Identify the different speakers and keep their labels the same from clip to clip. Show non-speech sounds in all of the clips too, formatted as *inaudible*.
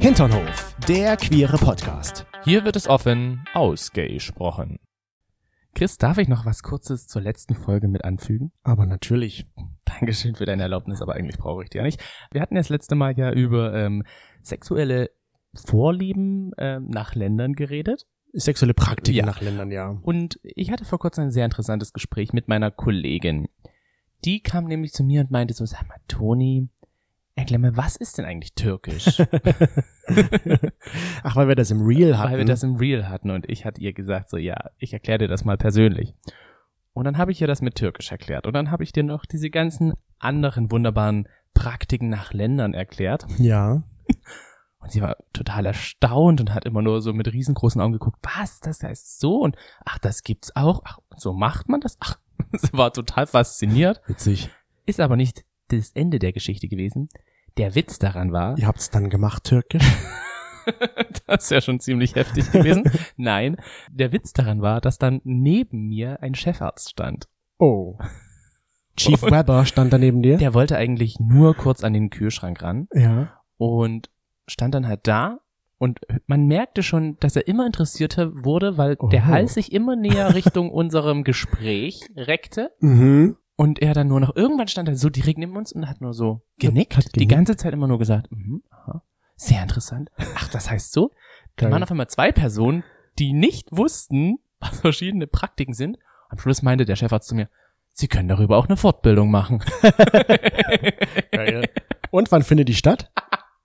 Speaker 1: Hinternhof, der queere Podcast.
Speaker 2: Hier wird es offen ausgesprochen. Chris, darf ich noch was Kurzes zur letzten Folge mit anfügen? *laughs*
Speaker 1: Aber natürlich.
Speaker 2: Dankeschön für deine Erlaubnis, aber eigentlich brauche ich die ja nicht. Wir hatten ja das letzte Mal ja über ähm, sexuelle Vorlieben ähm, nach Ländern geredet.
Speaker 1: Sexuelle Praktiken
Speaker 2: Ja.
Speaker 1: nach Ländern, ja. *laughs*
Speaker 2: Und ich hatte vor kurzem ein sehr interessantes Gespräch mit meiner Kollegin. Die kam nämlich zu mir und meinte so, sag mal, Toni, erklär mir, was ist denn eigentlich türkisch?
Speaker 1: Ach, weil wir das im Real hatten.
Speaker 2: Weil wir das im Real hatten und ich hatte ihr gesagt, so ja, ich erkläre dir das mal persönlich. Und dann habe ich ihr das mit Türkisch erklärt und dann habe ich dir noch diese ganzen anderen wunderbaren Praktiken nach Ländern erklärt.
Speaker 1: ja.
Speaker 2: Und sie war total erstaunt und hat immer nur so mit riesengroßen Augen geguckt, was, das heißt so und ach, das gibt's auch, ach, so macht man das, ach, *laughs* sie war total fasziniert,
Speaker 1: Witzig.
Speaker 2: ist aber nicht das Ende der Geschichte gewesen. Der Witz daran war,
Speaker 1: Ihr habt's dann gemacht, türkisch.
Speaker 2: *laughs* Das ist ja schon ziemlich heftig *laughs* gewesen. Nein, der Witz daran war, dass dann neben mir ein Chefarzt stand. *laughs*
Speaker 1: Oh. Chief Weber stand da neben dir.
Speaker 2: Der wollte eigentlich nur kurz an den Kühlschrank ran
Speaker 1: ja.
Speaker 2: und stand dann halt da und man merkte schon, dass er immer interessierter wurde, weil
Speaker 1: Oh.
Speaker 2: der Hals sich immer näher *laughs* Richtung unserem Gespräch reckte
Speaker 1: Mhm.
Speaker 2: und er dann nur noch irgendwann stand er so direkt neben uns und hat nur so genickt,
Speaker 1: Hat
Speaker 2: die
Speaker 1: genickt.
Speaker 2: ganze Zeit immer nur gesagt, mhm, aha, sehr interessant. Ach, das heißt so, Da
Speaker 1: Geil.
Speaker 2: waren auf einmal zwei Personen, die nicht wussten, *laughs* was verschiedene Praktiken sind. Am Schluss meinte der Chefarzt zu mir, Sie können darüber auch eine Fortbildung machen.
Speaker 1: Geil. Und wann findet die statt?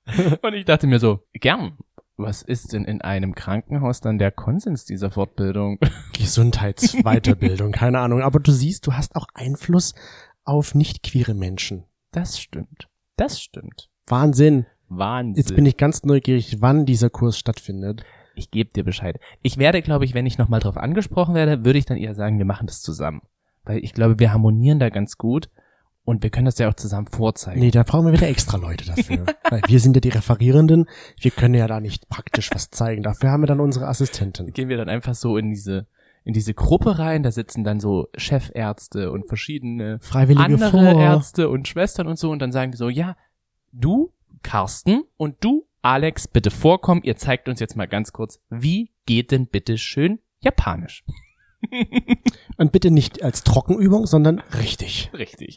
Speaker 2: *laughs* Und ich dachte mir so, gern. Was ist denn in einem Krankenhaus dann der Konsens dieser Fortbildung? *laughs*
Speaker 1: Gesundheitsweiterbildung, keine Ahnung. Aber du siehst, du hast auch Einfluss auf nicht queere Menschen.
Speaker 2: Das stimmt. Das stimmt.
Speaker 1: Wahnsinn.
Speaker 2: Wahnsinn.
Speaker 1: Jetzt bin ich ganz neugierig, wann dieser Kurs stattfindet.
Speaker 2: Ich gebe dir Bescheid. Ich werde, glaube ich, wenn ich nochmal drauf angesprochen werde, würde ich dann eher sagen, wir machen das zusammen. Weil ich glaube, wir harmonieren da ganz gut und wir können das ja auch zusammen vorzeigen.
Speaker 1: Nee, da brauchen wir wieder extra Leute
Speaker 2: *laughs*
Speaker 1: dafür. Weil wir sind ja die Referierenden. Wir können ja da nicht praktisch was zeigen. Dafür haben wir dann unsere Assistentin.
Speaker 2: Gehen wir dann einfach so in diese, in diese Gruppe rein, da sitzen dann so Chefärzte und verschiedene
Speaker 1: Freiwillige
Speaker 2: andere
Speaker 1: vor.
Speaker 2: Ärzte und Schwestern und so und dann sagen die so, ja, du, Carsten und du, Alex, bitte vorkommen, ihr zeigt uns jetzt mal ganz kurz, wie geht denn bitte schön Japanisch? *laughs*
Speaker 1: Und bitte nicht als Trockenübung, sondern richtig.
Speaker 2: Richtig.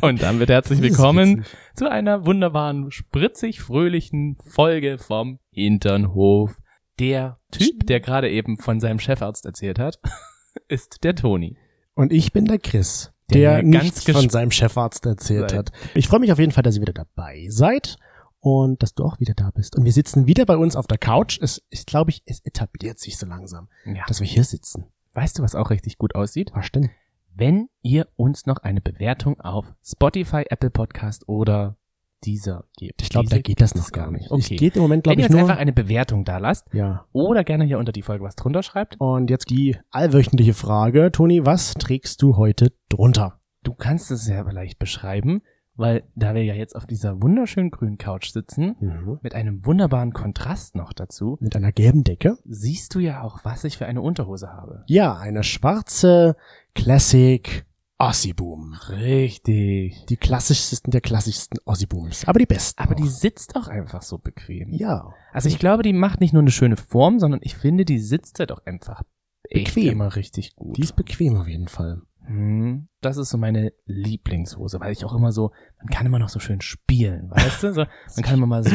Speaker 2: und damit herzlich willkommen zu einer wunderbaren, spritzig fröhlichen Folge vom Hinternhof. Der Typ, der gerade eben von seinem Chefarzt erzählt hat, *laughs* ist der Toni.
Speaker 1: Und ich bin der Chris, der,
Speaker 2: Der mir
Speaker 1: nichts
Speaker 2: ganz gesp-
Speaker 1: von seinem Chefarzt erzählt
Speaker 2: Seid.
Speaker 1: hat. Ich freue mich auf jeden Fall, dass ihr wieder dabei seid und dass du auch wieder da bist. Und wir sitzen wieder bei uns auf der Couch. Es, ich glaube, ich, es etabliert sich so langsam,
Speaker 2: Ja.
Speaker 1: dass wir hier sitzen.
Speaker 2: Weißt du, was auch richtig gut aussieht?
Speaker 1: Was denn?
Speaker 2: Wenn ihr uns noch eine Bewertung auf Spotify, Apple Podcast oder dieser gebt.
Speaker 1: Ich glaube, da
Speaker 2: Diese
Speaker 1: geht das
Speaker 2: gibt
Speaker 1: noch
Speaker 2: es
Speaker 1: gar nicht.
Speaker 2: Okay.
Speaker 1: Es geht im Moment,
Speaker 2: Wenn
Speaker 1: glaube
Speaker 2: ihr
Speaker 1: ich,
Speaker 2: uns
Speaker 1: nur.
Speaker 2: einfach eine Bewertung da lasst
Speaker 1: ja.
Speaker 2: oder gerne hier unter die Folge was drunter schreibt,
Speaker 1: Und jetzt die allwöchentliche Frage. Toni, was trägst du heute drunter?
Speaker 2: du kannst es ja vielleicht beschreiben, weil da wir ja jetzt auf dieser wunderschönen grünen Couch sitzen, mit einem wunderbaren Kontrast noch dazu,
Speaker 1: Mit einer gelben Decke?
Speaker 2: siehst du ja auch, was ich für eine Unterhose habe.
Speaker 1: Ja, eine schwarze Classic Aussie Boom.
Speaker 2: Richtig.
Speaker 1: Die klassischsten der klassischsten Aussie Booms. Aber die besten.
Speaker 2: Aber
Speaker 1: auch.
Speaker 2: die sitzt auch einfach so bequem.
Speaker 1: ja.
Speaker 2: Also ich glaube, die macht nicht nur eine schöne Form, sondern ich finde, die sitzt halt auch einfach echt
Speaker 1: Bequem.
Speaker 2: immer richtig gut.
Speaker 1: Die ist bequem auf jeden Fall.
Speaker 2: Hm, das ist so meine Lieblingshose, weil ich auch immer so, man kann immer noch so schön spielen, weißt du? So, man kann immer mal
Speaker 1: *laughs*
Speaker 2: so,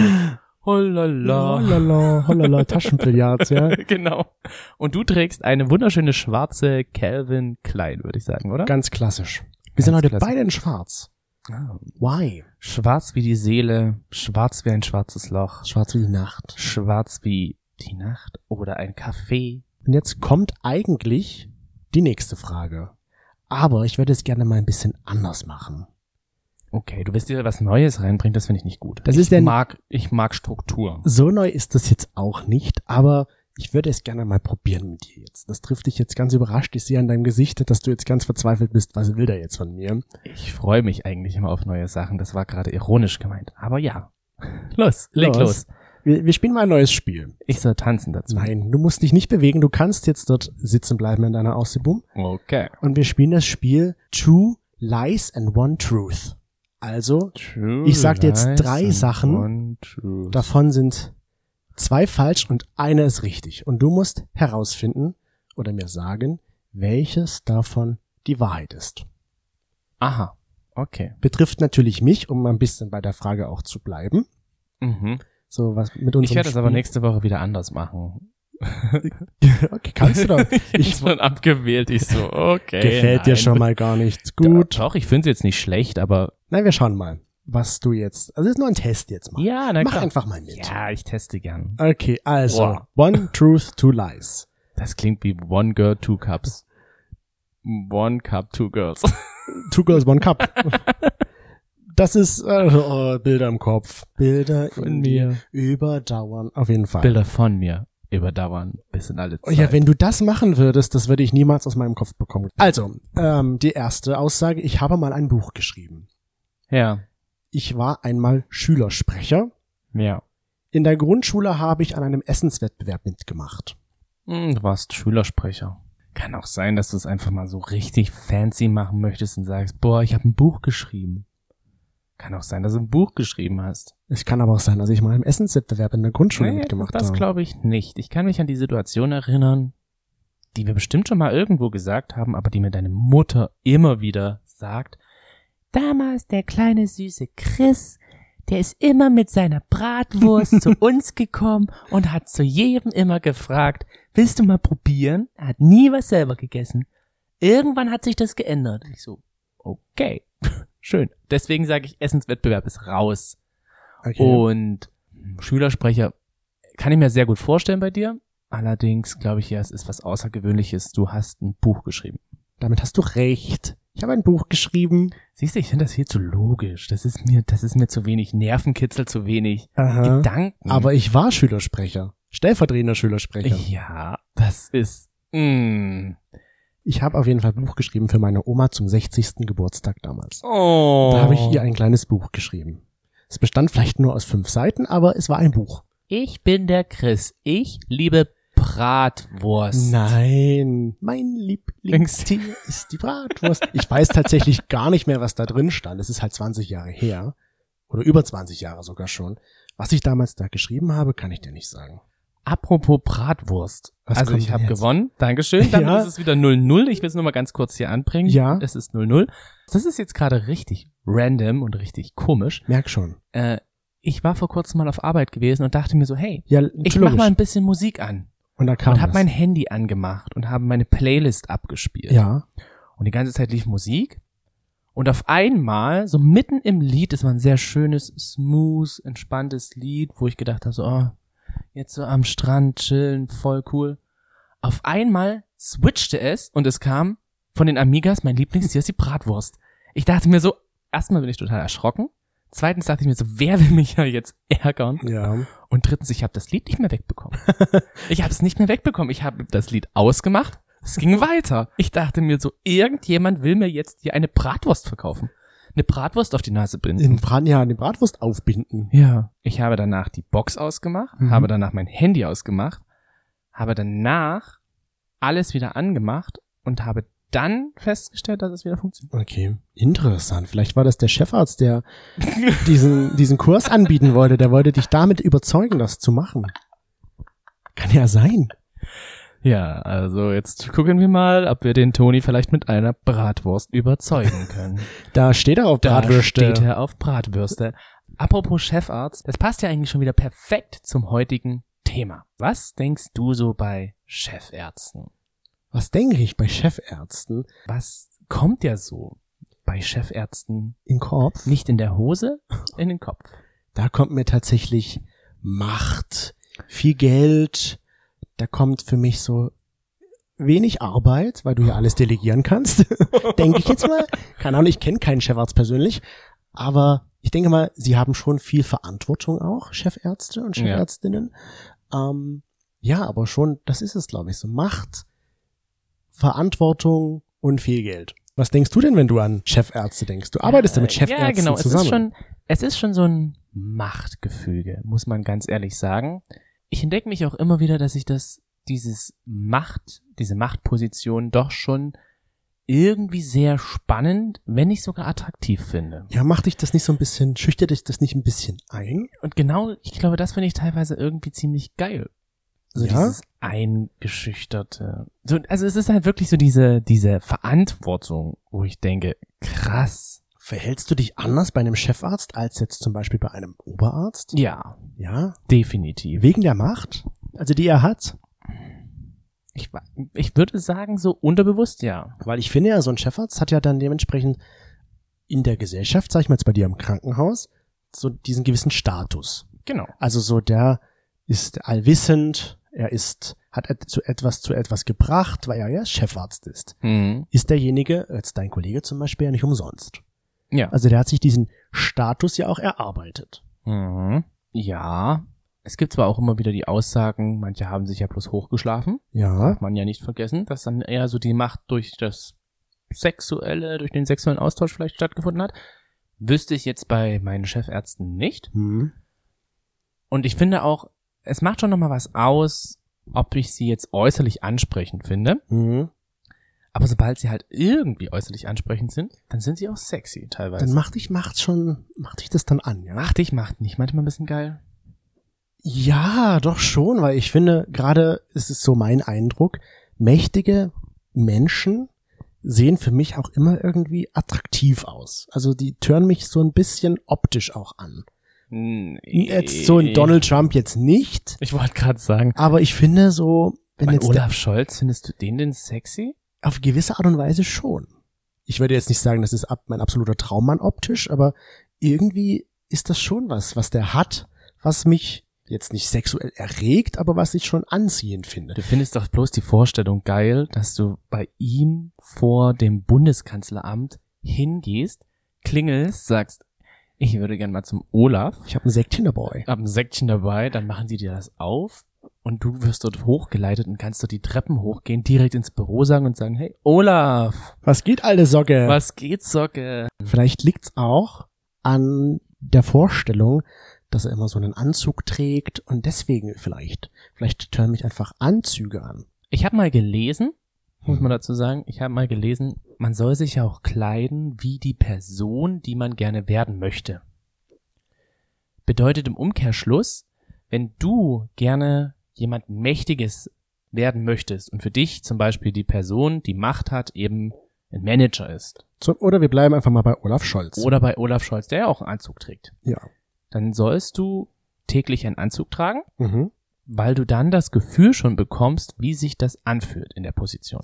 Speaker 2: holala.
Speaker 1: Holala, holala, Taschenbillard, ja.
Speaker 2: *laughs* genau. Und du trägst eine wunderschöne schwarze Calvin Klein, würde ich sagen, oder?
Speaker 1: Ganz klassisch. Wir
Speaker 2: Ganz
Speaker 1: sind heute
Speaker 2: klassisch.
Speaker 1: beide in schwarz.
Speaker 2: Ah.
Speaker 1: Why?
Speaker 2: Schwarz wie die Seele, schwarz wie ein schwarzes Loch,
Speaker 1: Schwarz wie die Nacht.
Speaker 2: schwarz wie die Nacht oder ein Kaffee.
Speaker 1: Und jetzt kommt eigentlich die nächste Frage. Aber ich würde es gerne mal ein bisschen anders machen.
Speaker 2: Okay, du willst dir was Neues reinbringen, das finde ich nicht gut.
Speaker 1: Das ist
Speaker 2: ich
Speaker 1: denn-
Speaker 2: mag, ich mag Struktur.
Speaker 1: So neu ist das jetzt auch nicht, aber ich würde es gerne mal probieren mit dir jetzt. Das trifft dich jetzt ganz überrascht. Ich sehe an deinem Gesicht, dass du jetzt ganz verzweifelt bist. Was will der jetzt von mir?
Speaker 2: Ich freue mich eigentlich immer auf neue Sachen. Das war gerade ironisch gemeint. Aber ja. *laughs* Los, leg los.
Speaker 1: Wir, wir spielen mal ein neues Spiel.
Speaker 2: Ich soll tanzen dazu.
Speaker 1: Nein, du musst dich nicht bewegen. Du kannst jetzt dort sitzen bleiben in deiner Aussiebung.
Speaker 2: Okay.
Speaker 1: Und wir spielen das Spiel Two Lies and One Truth. Also, Ich sag dir jetzt drei Sachen. davon sind zwei falsch und einer ist richtig. Und du musst herausfinden oder mir sagen, welches davon die Wahrheit ist.
Speaker 2: Aha. Okay.
Speaker 1: Betrifft natürlich mich, um ein bisschen bei der Frage auch zu bleiben.
Speaker 2: Mhm.
Speaker 1: So was mit unserem
Speaker 2: Ich werde das aber
Speaker 1: Spiel-
Speaker 2: nächste Woche wieder anders machen.
Speaker 1: *laughs* Okay, kannst du
Speaker 2: *laughs*
Speaker 1: doch.
Speaker 2: Ich
Speaker 1: Ich,
Speaker 2: bin abgewählt. Ich so, okay.
Speaker 1: gefällt dir
Speaker 2: nein.
Speaker 1: schon mal gar nicht. Gut.
Speaker 2: Doch, ich finde es jetzt nicht schlecht, aber
Speaker 1: Nein, wir schauen mal, was du jetzt. Also es ist nur ein Test jetzt mal.
Speaker 2: ja, na
Speaker 1: Mach
Speaker 2: klar.
Speaker 1: einfach mal mit.
Speaker 2: Ja, ich teste gern.
Speaker 1: Okay, also
Speaker 2: Boah.
Speaker 1: One Truth, Two Lies.
Speaker 2: Das klingt wie One Girl, Two Cups. One Cup, Two Girls.
Speaker 1: Two Girls, One Cup.
Speaker 2: *laughs*
Speaker 1: Das ist äh, oh, Bilder im Kopf. Bilder
Speaker 2: *laughs*
Speaker 1: in mir überdauern. Auf jeden Fall.
Speaker 2: Bilder von mir überdauern bis in alle
Speaker 1: Oh
Speaker 2: Zeit.
Speaker 1: Ja, wenn du das machen würdest, das würde ich niemals aus meinem Kopf bekommen. Also, ähm, die erste Aussage, ich habe mal ein Buch geschrieben.
Speaker 2: ja,
Speaker 1: Ich war einmal Schülersprecher.
Speaker 2: ja.
Speaker 1: In der Grundschule habe ich an einem Essenswettbewerb mitgemacht.
Speaker 2: Hm, Du warst Schülersprecher. Kann auch sein, dass du es einfach mal so richtig fancy machen möchtest und sagst, boah, ich habe ein Buch geschrieben. Kann auch sein, dass du ein Buch geschrieben hast.
Speaker 1: Es kann aber auch sein, dass ich mal an einem Essenswettbewerb in der Grundschule
Speaker 2: Nee,
Speaker 1: mitgemacht
Speaker 2: das
Speaker 1: habe.
Speaker 2: glaube ich nicht. Ich kann mich an die Situation erinnern, die wir bestimmt schon mal irgendwo gesagt haben, aber die mir deine Mutter immer wieder sagt.
Speaker 3: Damals der kleine süße Chris, der ist immer mit seiner Bratwurst zu uns gekommen und hat zu jedem immer gefragt, willst du mal probieren? Er hat nie was selber gegessen. Irgendwann hat sich das geändert. Ich so, *laughs*
Speaker 2: Okay, schön. Deswegen sage ich, Essenswettbewerb ist raus.
Speaker 1: Okay.
Speaker 2: Und Schülersprecher kann ich mir sehr gut vorstellen bei dir. Allerdings glaube ich ja, es ist was Außergewöhnliches. Du hast ein Buch geschrieben.
Speaker 1: Damit hast du recht. Ich habe ein Buch geschrieben.
Speaker 2: Siehst du, ich finde das viel zu logisch. Das ist mir, das ist mir zu wenig Nervenkitzel, zu wenig
Speaker 1: Aha.
Speaker 2: Gedanken.
Speaker 1: Aber ich war Schülersprecher. Stellvertretender Schülersprecher. Ich,
Speaker 2: ja, das ist, mm. mh.
Speaker 1: habe auf jeden Fall ein Buch geschrieben für meine Oma zum 60. Geburtstag damals.
Speaker 2: Oh.
Speaker 1: Da habe ich ihr ein kleines Buch geschrieben. Es bestand vielleicht nur aus fünf Seiten, aber es war ein Buch.
Speaker 3: ich bin der Chris. Ich liebe
Speaker 2: Bratwurst.
Speaker 1: Nein, mein Lieblingstier ist die Bratwurst. Ich weiß tatsächlich gar nicht mehr, was da drin stand. Es ist halt 20 Jahre her. Oder über 20 Jahre sogar schon. Was ich damals da geschrieben habe, kann ich dir nicht sagen.
Speaker 2: Apropos Bratwurst.
Speaker 1: Was
Speaker 2: also
Speaker 1: kommt
Speaker 2: ich
Speaker 1: denn
Speaker 2: habe
Speaker 1: jetzt?
Speaker 2: gewonnen. Dankeschön.
Speaker 1: *laughs*
Speaker 2: Damit
Speaker 1: Ja.
Speaker 2: ist es wieder 0-0. Ich will es nur mal ganz kurz hier anbringen.
Speaker 1: Ja.
Speaker 2: Es ist 0-0. Das ist jetzt gerade richtig random und richtig komisch.
Speaker 1: Merk schon.
Speaker 2: Äh, ich war vor kurzem mal auf Arbeit gewesen und dachte mir so, hey,
Speaker 1: Ja,
Speaker 2: ich mach
Speaker 1: logisch.
Speaker 2: mal ein bisschen Musik an.
Speaker 1: Und da kam
Speaker 2: Und habe
Speaker 1: das.
Speaker 2: mein Handy angemacht und habe meine Playlist abgespielt.
Speaker 1: Ja.
Speaker 2: Und die ganze Zeit lief Musik. Und auf einmal, so mitten im Lied, es war ein sehr schönes, smooth, entspanntes Lied, wo ich gedacht habe, so, oh, jetzt so am Strand chillen, voll cool. Auf einmal switchte es und es kam von den Amigas, mein Lieblingstier ist die Bratwurst. Ich dachte mir so, erstmal bin ich total erschrocken. Zweitens dachte ich mir so, wer will mich ja jetzt ärgern?
Speaker 1: Ja.
Speaker 2: Und drittens, ich habe das Lied nicht
Speaker 1: *laughs*
Speaker 2: mehr wegbekommen. ich habe es nicht mehr wegbekommen. Ich habe das Lied ausgemacht. Es ging weiter. Ich dachte mir so, irgendjemand will mir jetzt hier eine Bratwurst verkaufen. Eine Bratwurst auf die Nase binden.
Speaker 1: In Brat, ja, die Bratwurst aufbinden.
Speaker 2: Ja. Ich habe danach die Box ausgemacht,
Speaker 1: Mhm.
Speaker 2: habe danach mein Handy ausgemacht, habe danach alles wieder angemacht und habe dann festgestellt, dass es wieder funktioniert.
Speaker 1: Okay, interessant. Vielleicht war das der Chefarzt, der diesen, diesen Kurs anbieten wollte. Der wollte dich damit überzeugen, das zu machen. Kann ja sein.
Speaker 2: Ja, also jetzt gucken wir mal, ob wir den Toni vielleicht mit einer Bratwurst überzeugen
Speaker 1: *laughs*
Speaker 2: können.
Speaker 1: Da steht er auf
Speaker 2: Da
Speaker 1: Bratwürste.
Speaker 2: steht er auf Bratwürste. Apropos Chefarzt, das passt ja eigentlich schon wieder perfekt zum heutigen Thema. Was denkst du so bei Chefärzten?
Speaker 1: Was denke ich bei Chefärzten?
Speaker 2: Was kommt ja so bei Chefärzten
Speaker 1: Im Korb?
Speaker 2: nicht in der Hose, in den Kopf?
Speaker 1: Da kommt mir tatsächlich Macht, viel Geld. Da kommt für mich so wenig Arbeit, weil du ja alles delegieren kannst. *laughs* denke ich jetzt mal. Keine Ahnung, ich kenne keinen Chefarzt persönlich. Aber ich denke mal, sie haben schon viel Verantwortung auch, Chefärzte und
Speaker 2: Ja.
Speaker 1: Chefärztinnen. Ja, ähm, ja aber schon, das ist es, glaube ich, so. Macht, Verantwortung und viel Geld. Was denkst du denn, wenn du an Chefärzte denkst? Du arbeitest ja, mit
Speaker 2: Äh,
Speaker 1: Chefärzten
Speaker 2: Ja, genau.
Speaker 1: zusammen.
Speaker 2: Es ist schon, es ist schon so ein Machtgefüge, muss man ganz ehrlich sagen. Ich entdecke mich auch immer wieder, dass ich das, dieses Macht, diese Machtposition doch schon irgendwie sehr spannend, wenn nicht sogar attraktiv finde.
Speaker 1: Ja, macht dich das nicht so ein bisschen, schüchtert dich das nicht ein bisschen ein?
Speaker 2: Und genau, ich glaube, das finde ich teilweise irgendwie ziemlich geil. So
Speaker 1: Ja?
Speaker 2: dieses eingeschüchterte. So, also es ist halt wirklich so diese, diese Verantwortung, wo ich denke, krass.
Speaker 1: Verhältst du dich anders bei einem Chefarzt als jetzt zum Beispiel bei einem Oberarzt?
Speaker 2: Ja,
Speaker 1: Ja.
Speaker 2: definitiv.
Speaker 1: Wegen der Macht? Also die er hat?
Speaker 2: Ich, wa- ich würde sagen, so unterbewusst ja.
Speaker 1: Weil ich finde ja, so ein Chefarzt hat ja dann dementsprechend in der Gesellschaft, sag ich mal jetzt bei dir im Krankenhaus, so diesen gewissen Status.
Speaker 2: Genau.
Speaker 1: Also so der ist allwissend, er ist, hat et- zu etwas zu etwas gebracht, weil er ja Chefarzt ist.
Speaker 2: Mhm.
Speaker 1: Ist derjenige, jetzt dein Kollege zum Beispiel, ja nicht umsonst.
Speaker 2: Ja.
Speaker 1: Also der hat sich diesen Status ja auch erarbeitet.
Speaker 2: Mhm. Ja. Es gibt zwar auch immer wieder die Aussagen, manche haben sich ja bloß hochgeschlafen.
Speaker 1: Ja.
Speaker 2: darf man ja nicht vergessen, dass dann eher so die Macht durch das sexuelle, durch den sexuellen Austausch vielleicht stattgefunden hat. Wüsste ich jetzt bei meinen Chefärzten nicht.
Speaker 1: Hm.
Speaker 2: Und ich finde auch, es macht schon nochmal was aus, ob ich sie jetzt äußerlich ansprechend finde.
Speaker 1: Hm.
Speaker 2: Aber sobald sie halt irgendwie äußerlich ansprechend sind, dann sind sie auch sexy teilweise.
Speaker 1: Dann macht dich macht's schon, macht dich das dann an, ja?
Speaker 2: macht dich, macht nicht manchmal ein bisschen geil.
Speaker 1: Ja, doch schon, weil ich finde, gerade ist es so mein Eindruck, mächtige Menschen sehen für mich auch immer irgendwie attraktiv aus. Also die tören mich so ein bisschen optisch auch an. Jetzt so ein Donald Trump jetzt nicht,
Speaker 2: Hm, Ich wollte gerade sagen,
Speaker 1: aber ich finde so, wenn
Speaker 2: mein
Speaker 1: jetzt der,
Speaker 2: Olaf Scholz, findest du den denn sexy?
Speaker 1: auf gewisse Art und Weise schon. Ich würde jetzt nicht sagen, das ist ab, mein absoluter Traummann optisch, aber irgendwie ist das schon was, was der hat, was mich jetzt nicht sexuell erregt, aber was ich schon anziehend finde.
Speaker 2: Du findest doch bloß die Vorstellung geil, dass du bei ihm vor dem Bundeskanzleramt hingehst, klingelst, sagst, ich würde gern mal zum Olaf,
Speaker 1: Ich habe einen Sektchen dabei.
Speaker 2: hab ein Säckchen dabei, dann machen die dir das auf und du wirst dort hochgeleitet und kannst dort die Treppen hochgehen, direkt ins Büro sagen und sagen, hey Olaf,
Speaker 1: Was geht, alte Socke?
Speaker 2: was geht Socke?
Speaker 1: Vielleicht liegt's auch an der Vorstellung, dass er immer so einen Anzug trägt und deswegen vielleicht. Vielleicht tören mich einfach Anzüge an.
Speaker 2: Ich habe mal gelesen, muss man dazu sagen, ich habe mal gelesen, man soll sich ja auch kleiden wie die Person, die man gerne werden möchte. Bedeutet im Umkehrschluss, wenn du gerne jemand Mächtiges werden möchtest und für dich zum Beispiel die Person, die Macht hat, eben ein Manager ist.
Speaker 1: So, oder wir bleiben einfach mal bei Olaf Scholz.
Speaker 2: Oder bei Olaf Scholz, der ja auch einen Anzug trägt.
Speaker 1: ja.
Speaker 2: Dann sollst du täglich einen Anzug tragen,
Speaker 1: Mhm.
Speaker 2: weil du dann das Gefühl schon bekommst, wie sich das anfühlt in der Position.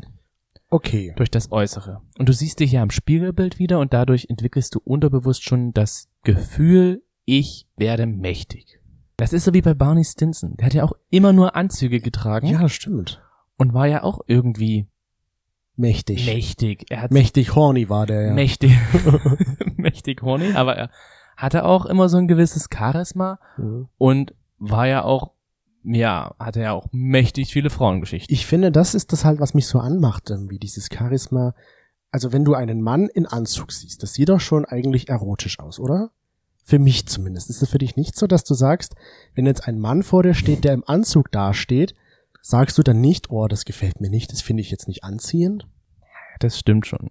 Speaker 1: Okay.
Speaker 2: durch das Äußere. Und du siehst dich ja im Spiegelbild wieder und dadurch entwickelst du unterbewusst schon das Gefühl, ich werde mächtig. Das ist so wie bei Barney Stinson. Der hat ja auch immer nur Anzüge getragen
Speaker 1: Ja, stimmt.
Speaker 2: und war ja auch irgendwie
Speaker 1: Mächtig.
Speaker 2: mächtig. Er hat
Speaker 1: Mächtig horny war der. ja.
Speaker 2: mächtig,
Speaker 1: *laughs*
Speaker 2: mächtig horny, aber er hatte auch immer so ein gewisses Charisma
Speaker 1: Mhm.
Speaker 2: und war ja auch, ja, hatte ja auch mächtig viele Frauengeschichten.
Speaker 1: Ich finde, das ist das halt, was mich so anmacht, irgendwie dieses Charisma. Also wenn du einen Mann in Anzug siehst, das sieht doch schon eigentlich erotisch aus, oder? Für mich zumindest. Ist es für dich nicht so, dass du sagst, wenn jetzt ein Mann vor dir steht, der im Anzug dasteht, sagst du dann nicht, oh, das gefällt mir nicht, das finde ich jetzt nicht anziehend?
Speaker 2: Das stimmt schon.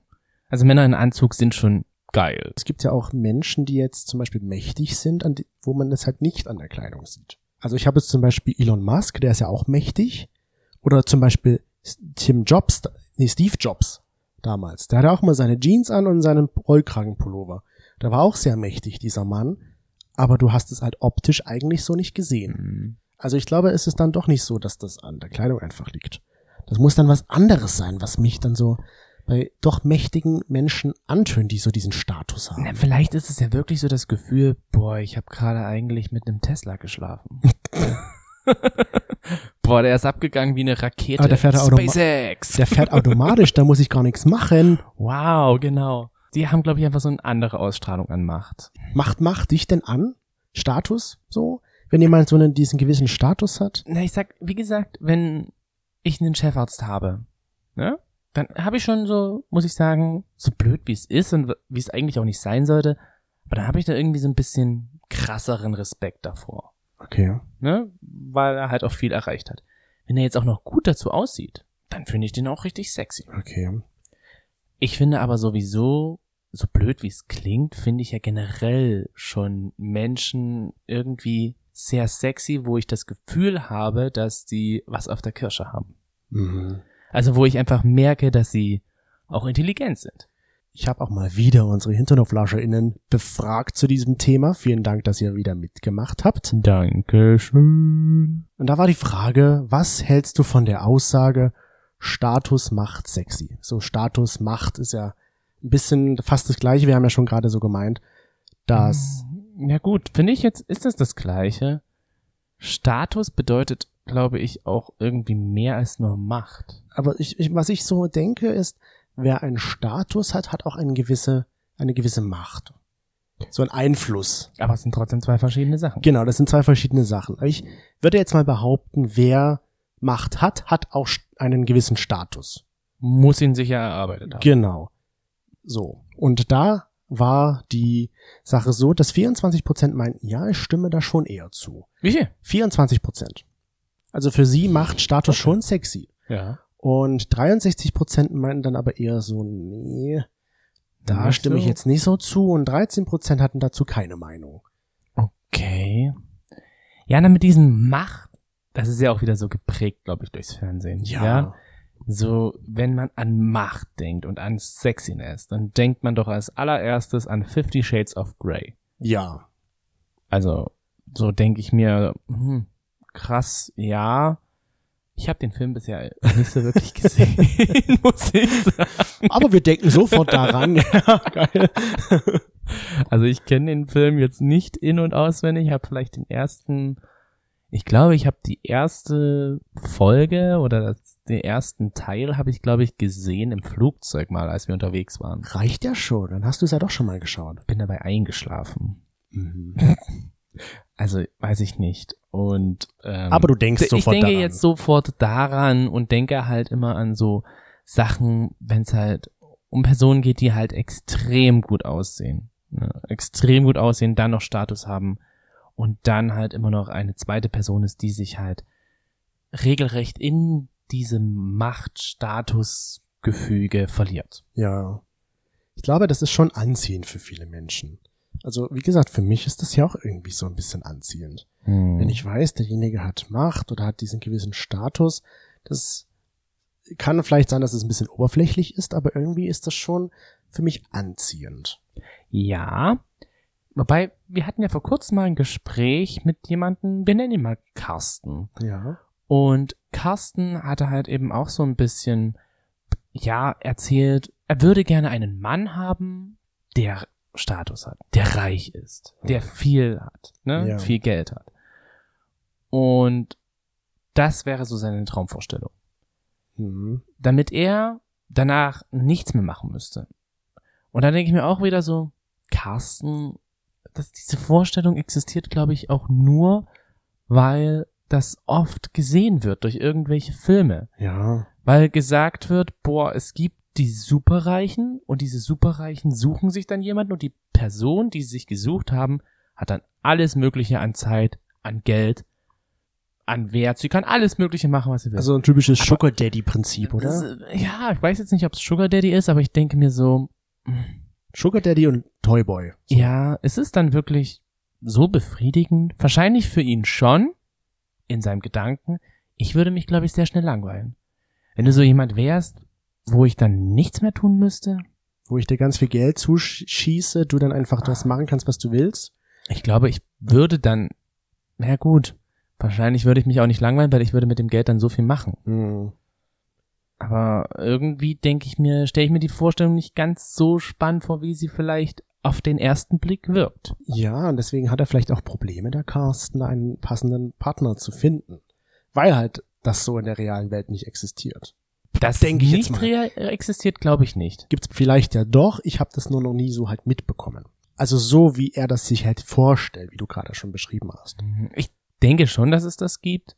Speaker 2: Also Männer in Anzug sind schon geil.
Speaker 1: Es gibt ja auch Menschen, die jetzt zum Beispiel mächtig sind, an die, wo man das halt nicht an der Kleidung sieht. Also ich habe jetzt zum Beispiel Elon Musk, der ist ja auch mächtig. Oder zum Beispiel S- Tim Jobs, nee, Steve Jobs damals. Der hatte auch mal seine Jeans an und seinen Rollkragenpullover. Der war auch sehr mächtig, dieser Mann. Aber du hast es halt optisch eigentlich so nicht gesehen.
Speaker 2: Mhm.
Speaker 1: Also ich glaube, es ist dann doch nicht so, dass das an der Kleidung einfach liegt. Das muss dann was anderes sein, was mich dann so bei doch mächtigen Menschen antönt, die so diesen Status haben.
Speaker 2: Na, vielleicht ist es ja wirklich so das Gefühl, boah, ich habe gerade eigentlich mit einem
Speaker 1: *laughs*
Speaker 2: Tesla geschlafen. boah, der ist abgegangen wie eine Rakete.
Speaker 1: Aber der fährt ja auch noch mal-
Speaker 2: SpaceX.
Speaker 1: Der fährt automatisch, da muss ich gar nichts machen.
Speaker 2: Wow, genau. Die haben, glaube ich, einfach so eine andere Ausstrahlung an Macht.
Speaker 1: Macht Macht dich denn an? Status so? Wenn jemand so einen, diesen gewissen Status hat?
Speaker 2: Na, ich sag, wie gesagt, wenn ich einen Chefarzt habe, ne, dann habe ich schon so, muss ich sagen, so blöd wie es ist und wie es eigentlich auch nicht sein sollte, aber dann habe ich da irgendwie so ein bisschen krasseren Respekt davor.
Speaker 1: Okay.
Speaker 2: ne? Weil er halt auch viel erreicht hat. Wenn er jetzt auch noch gut dazu aussieht, dann finde ich den auch richtig sexy.
Speaker 1: Okay.
Speaker 2: Ich finde aber sowieso, so blöd wie es klingt, finde ich ja generell schon Menschen irgendwie sehr sexy, wo ich das Gefühl habe, dass die was auf der Kirsche haben.
Speaker 1: Mhm.
Speaker 2: Also wo ich einfach merke, dass sie auch intelligent sind.
Speaker 1: Ich habe auch mal wieder unsere HinternoflascherInnen befragt zu diesem Thema. Vielen Dank, dass ihr wieder mitgemacht habt.
Speaker 2: Dankeschön.
Speaker 1: Und da war die Frage, was hältst du von der Aussage, Status macht sexy? So Status macht ist ja ein bisschen fast das gleiche. Wir haben ja schon gerade so gemeint, dass
Speaker 2: Hm, Ja gut, finde ich jetzt, ist das das Gleiche? Status bedeutet, glaube ich, auch irgendwie mehr als nur Macht.
Speaker 1: aber ich, ich, was ich so denke, ist, wer einen Status hat, hat auch eine gewisse, eine gewisse Macht. So ein Einfluss.
Speaker 2: Aber es sind trotzdem zwei verschiedene Sachen.
Speaker 1: Genau, das sind zwei verschiedene Sachen. Aber Ich würde jetzt mal behaupten, wer Macht hat, hat auch st- einen gewissen Status.
Speaker 2: Muss ihn sicher erarbeitet haben.
Speaker 1: Genau. So. Und da war die Sache so, dass 24% meinten, ja, ich stimme da schon eher zu.
Speaker 2: Wie viel?
Speaker 1: 24%. Also für sie macht Status
Speaker 2: Okay.
Speaker 1: schon sexy.
Speaker 2: Ja.
Speaker 1: Und 63 Prozent meinten dann aber eher so, nee, da
Speaker 2: Nicht
Speaker 1: stimme ich
Speaker 2: so.
Speaker 1: jetzt nicht so zu. Und 13 Prozent hatten dazu keine Meinung.
Speaker 2: Okay. Ja, na mit diesem Macht, das ist ja auch wieder so geprägt, glaube ich, durchs Fernsehen. So, wenn man an Macht denkt und an Sexiness, dann denkt man doch als allererstes an Fifty Shades of Grey.
Speaker 1: Ja.
Speaker 2: Also, so denke ich mir, hm, krass, ja. Ich habe den Film bisher nicht so wirklich gesehen, *laughs* muss ich sagen.
Speaker 1: Aber wir denken sofort daran.
Speaker 2: *laughs*
Speaker 1: ja, geil.
Speaker 2: Also ich kenne den Film jetzt nicht in und auswendig, habe vielleicht den ersten, ich glaube, ich habe die erste Folge oder das, den ersten Teil habe ich, glaube ich, gesehen im Flugzeug mal, als wir unterwegs waren.
Speaker 1: Reicht ja schon. Dann hast du es ja doch schon mal geschaut.
Speaker 2: Bin dabei eingeschlafen. Mhm. Also weiß ich nicht. Und ähm,
Speaker 1: Aber du denkst
Speaker 2: ich
Speaker 1: sofort
Speaker 2: denke
Speaker 1: daran.
Speaker 2: jetzt sofort daran und denke halt immer an so Sachen, wenn es halt um Personen geht, die halt extrem gut aussehen. Ne? Extrem gut aussehen, dann noch Status haben und dann halt immer noch eine zweite Person ist, die sich halt regelrecht in diesem Machtstatusgefüge verliert.
Speaker 1: Ja. Ich glaube, das ist schon anziehend für viele Menschen. Also, wie gesagt, für mich ist das ja auch irgendwie so ein bisschen anziehend.
Speaker 2: Mhm.
Speaker 1: Wenn ich weiß, derjenige hat Macht oder hat diesen gewissen Status, das kann vielleicht sein, dass es ein bisschen oberflächlich ist, aber irgendwie ist das schon für mich anziehend.
Speaker 2: Ja. Wobei, wir hatten ja vor kurzem mal ein Gespräch mit jemandem, wir nennen ihn mal Carsten.
Speaker 1: Ja.
Speaker 2: Und Carsten hatte halt eben auch so ein bisschen, ja, erzählt, er würde gerne einen Mann haben, der Status hat, der reich ist, der viel hat, ne?
Speaker 1: Ja.
Speaker 2: viel Geld hat. Und das wäre so seine Traumvorstellung
Speaker 1: Mhm.
Speaker 2: damit er danach nichts mehr machen müsste. Und dann denke ich mir auch wieder so, Carsten, dass diese Vorstellung existiert, glaube ich, auch nur, weil das oft gesehen wird durch irgendwelche Filme.
Speaker 1: Ja.
Speaker 2: Weil gesagt wird, boah, es gibt die Superreichen und diese Superreichen suchen sich dann jemanden und die Person, die sie sich gesucht haben, hat dann alles Mögliche an Zeit, an Geld, an Wert. Sie kann alles Mögliche machen, was sie will.
Speaker 1: Also ein typisches Sugar Daddy Prinzip, oder?
Speaker 2: Das- Ja, ich weiß jetzt nicht, ob es Sugar Daddy ist, aber ich denke mir so,
Speaker 1: Sugar Daddy und Toyboy.
Speaker 2: ja, es ist dann wirklich so befriedigend. Wahrscheinlich für ihn schon, in seinem Gedanken. Ich würde mich, glaube ich, sehr schnell langweilen. Wenn du so jemand wärst, wo ich dann nichts mehr tun müsste,
Speaker 1: Wo ich dir ganz viel Geld zuschieße, du dann einfach das machen kannst, was du willst.
Speaker 2: ich glaube, ich würde dann, na gut, wahrscheinlich würde ich mich auch nicht langweilen, weil ich würde mit dem Geld dann so viel machen.
Speaker 1: Mhm.
Speaker 2: Aber irgendwie denke ich mir, stelle ich mir die Vorstellung nicht ganz so spannend vor, wie sie vielleicht auf den ersten Blick wirkt.
Speaker 1: Ja, und deswegen hat er vielleicht auch Probleme, der Carsten, einen passenden Partner zu finden. Weil halt das so in der realen Welt nicht existiert.
Speaker 2: Das
Speaker 1: Denke ich jetzt
Speaker 2: nicht
Speaker 1: mal.
Speaker 2: real äh, existiert, glaube ich nicht.
Speaker 1: gibt's vielleicht ja doch, ich habe das nur noch nie so halt mitbekommen. Also so, wie er das sich halt vorstellt, wie du gerade schon beschrieben hast.
Speaker 2: Ich denke schon, dass es das gibt.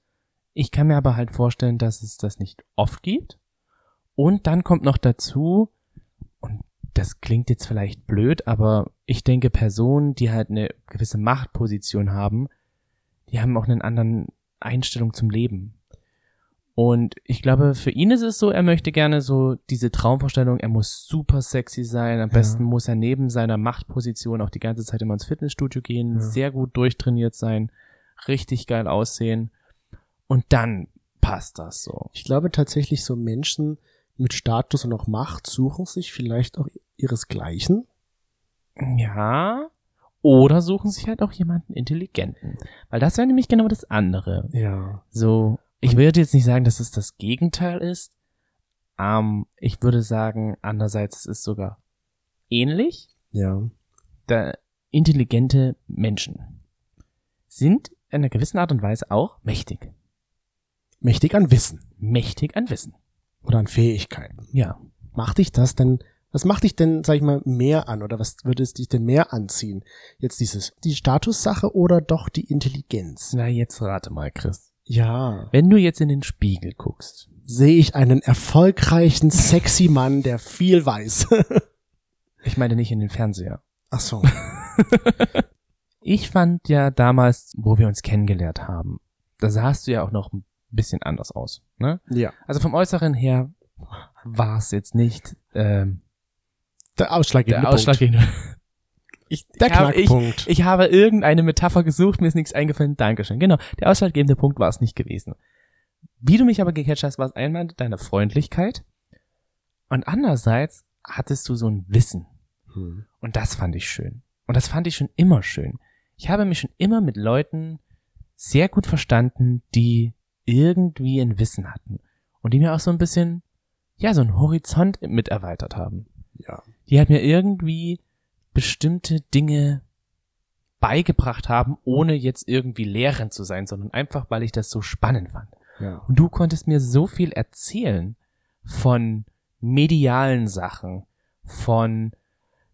Speaker 2: Ich kann mir aber halt vorstellen, dass es das nicht oft gibt. Und dann kommt noch dazu, und das klingt jetzt vielleicht blöd, aber ich denke, Personen, die halt eine gewisse Machtposition haben, die haben auch einen anderen Einstellung zum Leben. Und ich glaube, für ihn ist es so, er möchte gerne so diese Traumvorstellung, er muss super sexy sein, am
Speaker 1: Ja.
Speaker 2: besten muss er neben seiner Machtposition auch die ganze Zeit immer ins Fitnessstudio gehen,
Speaker 1: Ja.
Speaker 2: sehr gut durchtrainiert sein, richtig geil aussehen. Und dann passt das so.
Speaker 1: Ich glaube tatsächlich, so Menschen mit Status und auch Macht suchen sich vielleicht auch ihresgleichen.
Speaker 2: Ja. Oder suchen sich halt auch jemanden Intelligenten. Weil das wäre nämlich genau das andere.
Speaker 1: Ja.
Speaker 2: So, ich würde jetzt nicht sagen, dass es das Gegenteil ist. Ähm, ich würde sagen, andererseits es ist sogar ähnlich.
Speaker 1: Ja.
Speaker 2: Da intelligente Menschen sind in einer gewissen Art und Weise auch mächtig.
Speaker 1: Mächtig an Wissen
Speaker 2: Mächtig an Wissen.
Speaker 1: oder an Fähigkeiten.
Speaker 2: Ja.
Speaker 1: Macht dich das denn, was macht dich denn, sag ich mal, mehr an oder was würde es dich denn mehr anziehen? Jetzt dieses, die Statussache oder doch die Intelligenz?
Speaker 2: Na, jetzt rate mal, Chris.
Speaker 1: Ja.
Speaker 2: Wenn du jetzt in den Spiegel guckst,
Speaker 1: Sehe ich einen erfolgreichen, sexy Mann, der viel weiß.
Speaker 2: ich meine nicht in den Fernseher.
Speaker 1: Ach so.
Speaker 2: Ich fand ja damals, wo wir uns kennengelernt haben, da sahst du ja auch noch ein bisschen anders aus, ne?
Speaker 1: *laughs* Ja.
Speaker 2: Also vom Äußeren her war es jetzt nicht ähm,
Speaker 1: Der ausschlaggebende
Speaker 2: der ausschlaggebende. Ich,
Speaker 1: Punkt. Der
Speaker 2: ich, habe, ich,
Speaker 1: Knackpunkt.
Speaker 2: ich habe irgendeine Metapher gesucht, mir ist nichts eingefallen. Dankeschön. Genau, der ausschlaggebende Punkt war es nicht gewesen. Wie du mich aber gecatcht hast, war es einmal deine Freundlichkeit und andererseits hattest du so ein Wissen.
Speaker 1: Hm.
Speaker 2: Und das fand ich schön. Und das fand ich schon immer schön. Ich habe mich schon immer mit Leuten sehr gut verstanden, die irgendwie ein Wissen hatten. Und die mir auch so ein bisschen, ja, so einen Horizont mit erweitert haben.
Speaker 1: Ja.
Speaker 2: Die halt mir irgendwie bestimmte Dinge beigebracht haben, ohne jetzt irgendwie lehrend zu sein, sondern einfach, weil ich das so spannend fand.
Speaker 1: Ja.
Speaker 2: Und du konntest mir so viel erzählen von medialen Sachen, von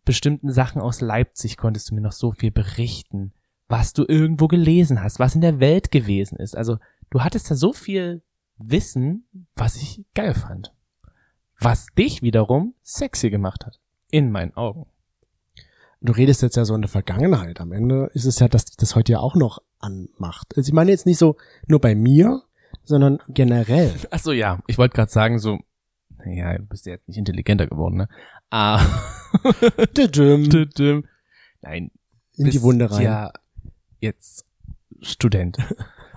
Speaker 2: bestimmten Sachen aus Leipzig konntest du mir noch so viel berichten, was du irgendwo gelesen hast, was in der Welt gewesen ist. Also du hattest da so viel Wissen, was ich geil fand. Was dich wiederum sexy gemacht hat. In meinen Augen.
Speaker 1: Du redest jetzt ja so in der Vergangenheit. Am Ende ist es ja, dass dich das heute ja auch noch anmacht. Also ich meine jetzt nicht so nur bei mir, sondern
Speaker 2: *laughs*
Speaker 1: generell.
Speaker 2: Ach so, ja. Ich wollte gerade sagen, so, naja, du bist ja jetzt nicht intelligenter geworden, ne? *laughs* Ah.
Speaker 1: In
Speaker 2: Nein,
Speaker 1: die
Speaker 2: bist
Speaker 1: Wunde rein.
Speaker 2: Ja, jetzt Student.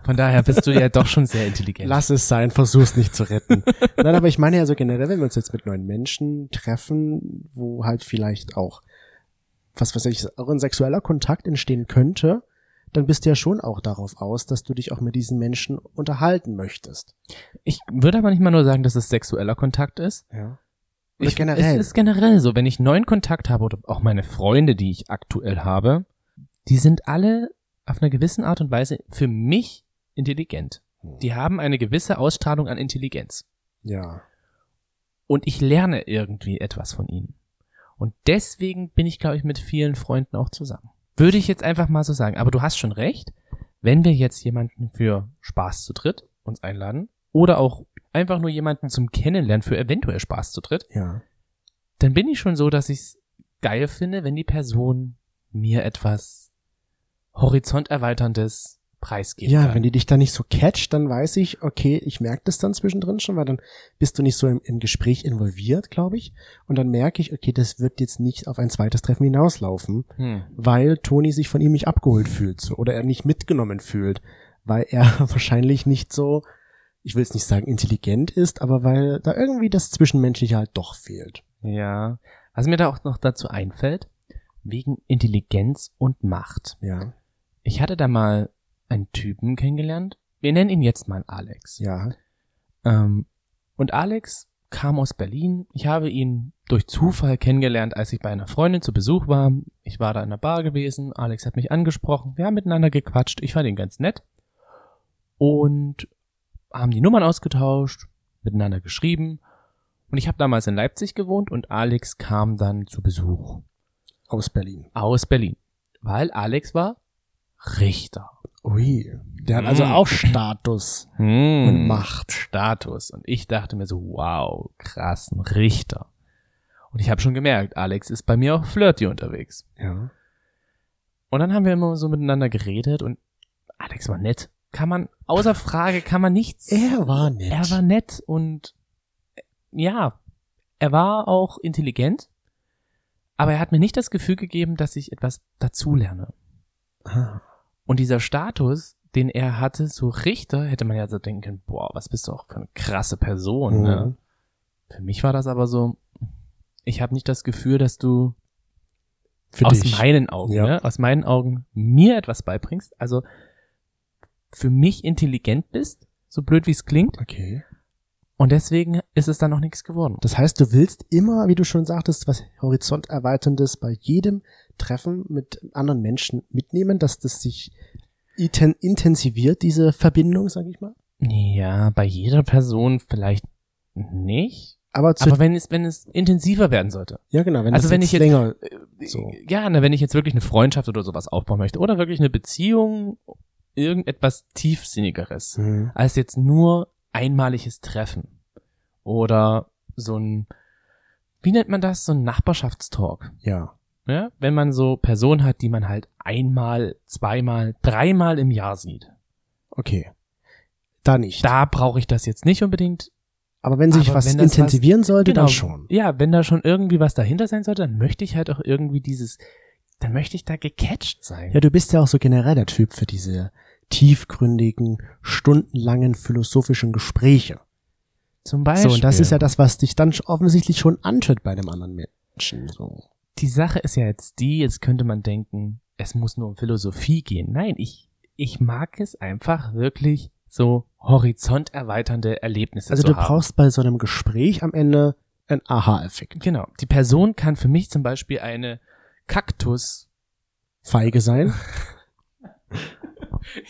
Speaker 2: Von daher bist du ja doch schon sehr intelligent.
Speaker 1: Lass es sein, versuch's nicht zu
Speaker 2: *laughs*
Speaker 1: retten. Nein, aber ich meine ja so generell, wenn wir uns jetzt mit neuen Menschen treffen, wo halt vielleicht auch, was weiß ich, auch ein sexueller Kontakt entstehen könnte, dann bist du ja schon auch darauf aus, dass du dich auch mit diesen Menschen unterhalten möchtest.
Speaker 2: Ich würde aber nicht mal nur sagen, dass es sexueller Kontakt ist.
Speaker 1: Ja. Oder
Speaker 2: ich,
Speaker 1: generell.
Speaker 2: Es ist generell so, wenn ich neuen Kontakt habe oder auch meine Freunde, die ich aktuell habe, die sind alle auf einer gewissen Art und Weise für mich intelligent.
Speaker 1: Hm.
Speaker 2: Die haben eine gewisse Ausstrahlung an Intelligenz.
Speaker 1: Ja.
Speaker 2: Und ich lerne irgendwie etwas von ihnen. Und deswegen bin ich, glaube ich, mit vielen Freunden auch zusammen. Würde ich jetzt einfach mal so sagen. Aber du hast schon recht. Wenn wir jetzt jemanden für Spaß zu dritt uns einladen oder auch einfach nur jemanden zum Kennenlernen für eventuell Spaß zu dritt,
Speaker 1: Ja.
Speaker 2: dann bin ich schon so, dass ich es geil finde, wenn die Person mir etwas horizonterweiterndes preisgibt.
Speaker 1: Ja, wenn die dich da nicht so catcht, dann weiß ich, okay, ich merke das dann zwischendrin schon, weil dann bist du nicht so im, im Gespräch involviert, glaube ich. Und dann merke ich, okay, das wird jetzt nicht auf ein zweites Treffen hinauslaufen,
Speaker 2: Hm.
Speaker 1: weil Toni sich von ihm nicht abgeholt fühlt so, oder er nicht mitgenommen fühlt, weil er *laughs* wahrscheinlich nicht so, ich will es nicht sagen intelligent ist, aber weil da irgendwie das Zwischenmenschliche halt doch fehlt.
Speaker 2: Ja. Was mir da auch noch dazu einfällt, wegen Intelligenz und Macht.
Speaker 1: Ja,
Speaker 2: Ich hatte da mal einen Typen kennengelernt. Wir nennen ihn jetzt mal Alex.
Speaker 1: ja,
Speaker 2: Ähm, und Alex kam aus Berlin. Ich habe ihn durch Zufall kennengelernt, als ich bei einer Freundin zu Besuch war. Ich war da in einer Bar gewesen. Alex hat mich angesprochen. Wir haben miteinander gequatscht. Ich fand ihn ganz nett. Und haben die Nummern ausgetauscht, miteinander geschrieben. Und ich habe damals in Leipzig gewohnt und Alex kam dann zu Besuch
Speaker 1: aus Berlin.
Speaker 2: aus Berlin, weil Alex war Richter.
Speaker 1: Ui, der hat also
Speaker 2: Mm.
Speaker 1: auch Status
Speaker 2: Hm.
Speaker 1: und Macht.
Speaker 2: Status. Und ich dachte mir so, wow, krassen Richter. Und ich habe schon gemerkt, Alex ist bei mir auch flirty unterwegs.
Speaker 1: Ja.
Speaker 2: Und dann haben wir immer so miteinander geredet und Alex war nett. kann man, außer Frage, kann man nichts.
Speaker 1: Er war nett.
Speaker 2: Er war nett und äh, ja, er war auch intelligent, aber er hat mir nicht das Gefühl gegeben, dass ich etwas dazulerne.
Speaker 1: Ah.
Speaker 2: Und dieser Status, den er hatte, so Richter, hätte man ja so denken können, boah, was bist du auch für eine krasse Person. Ne?
Speaker 1: Mhm.
Speaker 2: Für mich war das aber so, ich habe nicht das Gefühl, dass du
Speaker 1: Für
Speaker 2: aus
Speaker 1: dich.
Speaker 2: meinen Augen,
Speaker 1: Ja.
Speaker 2: ne? aus meinen Augen mir etwas beibringst. Also für mich intelligent bist, so blöd wie es klingt.
Speaker 1: Okay.
Speaker 2: Und deswegen ist es dann noch nichts geworden.
Speaker 1: Das heißt, du willst immer, wie du schon sagtest, was Horizonterweiterndes bei jedem Treffen mit anderen Menschen mitnehmen, dass das sich iten- intensiviert, diese Verbindung, sag ich mal.
Speaker 2: Ja, bei jeder Person vielleicht nicht.
Speaker 1: Aber, zu,
Speaker 2: Aber wenn es, wenn es intensiver werden sollte.
Speaker 1: ja genau, wenn
Speaker 2: also
Speaker 1: das
Speaker 2: wenn
Speaker 1: jetzt
Speaker 2: ich jetzt-
Speaker 1: länger, So.
Speaker 2: Ja, na, wenn ich jetzt wirklich eine Freundschaft oder sowas aufbauen möchte oder wirklich eine Beziehung, irgendetwas tiefsinnigeres,
Speaker 1: Mhm.
Speaker 2: als jetzt nur einmaliges Treffen oder so ein, wie nennt man das, so ein Nachbarschaftstalk.
Speaker 1: ja,
Speaker 2: Ja? Wenn man so Personen hat, die man halt einmal, zweimal, dreimal im Jahr sieht.
Speaker 1: okay, da nicht.
Speaker 2: Da brauche ich das jetzt nicht unbedingt.
Speaker 1: aber wenn sich
Speaker 2: aber
Speaker 1: was
Speaker 2: wenn das was- Genau.
Speaker 1: intensivieren sollte, dann schon.
Speaker 2: Ja, wenn da schon irgendwie was dahinter sein sollte, dann möchte ich halt auch irgendwie dieses, dann möchte ich da gecatcht sein.
Speaker 1: Ja, du bist ja auch so generell der Typ für diese tiefgründigen, stundenlangen philosophischen Gespräche.
Speaker 2: Zum Beispiel.
Speaker 1: So, und das ist ja das, was dich dann sch- offensichtlich schon antört bei einem anderen Menschen. So.
Speaker 2: die Sache ist ja jetzt die, jetzt könnte man denken, es muss nur um Philosophie gehen. Nein, ich, ich mag es einfach wirklich so horizonterweiternde Erlebnisse
Speaker 1: Also
Speaker 2: zu
Speaker 1: du
Speaker 2: haben.
Speaker 1: brauchst bei so einem Gespräch am Ende einen Aha-Effekt.
Speaker 2: Genau. Die Person kann für mich zum Beispiel eine Kaktus *laughs*
Speaker 1: Feige sein.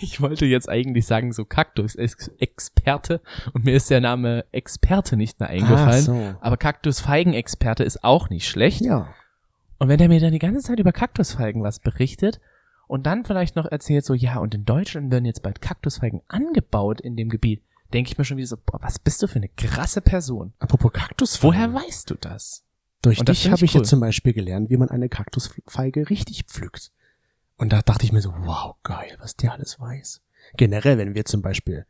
Speaker 2: Ich wollte jetzt eigentlich sagen, so Kaktus-Experte. Und mir ist der Name Experte nicht mehr *laughs* eingefallen.
Speaker 1: so.
Speaker 2: Aber Kaktusfeigenexperte ist auch nicht schlecht.
Speaker 1: Ja.
Speaker 2: Und wenn er mir dann die ganze Zeit über Kaktusfeigen was berichtet und dann vielleicht noch erzählt, so, ja, und in Deutschland werden jetzt bald Kaktusfeigen angebaut in dem Gebiet, denke ich mir schon wieder so, boah, was bist du für eine krasse Person?
Speaker 1: Apropos Kaktus.
Speaker 2: Woher weißt du das?
Speaker 1: Durch
Speaker 2: Und das
Speaker 1: dich
Speaker 2: finde
Speaker 1: habe
Speaker 2: ich
Speaker 1: ich,
Speaker 2: cool.
Speaker 1: jetzt zum Beispiel gelernt, wie man eine Kaktusfeige richtig pflückt. Und da dachte ich mir so, wow, geil, was der alles weiß. Generell, wenn wir zum Beispiel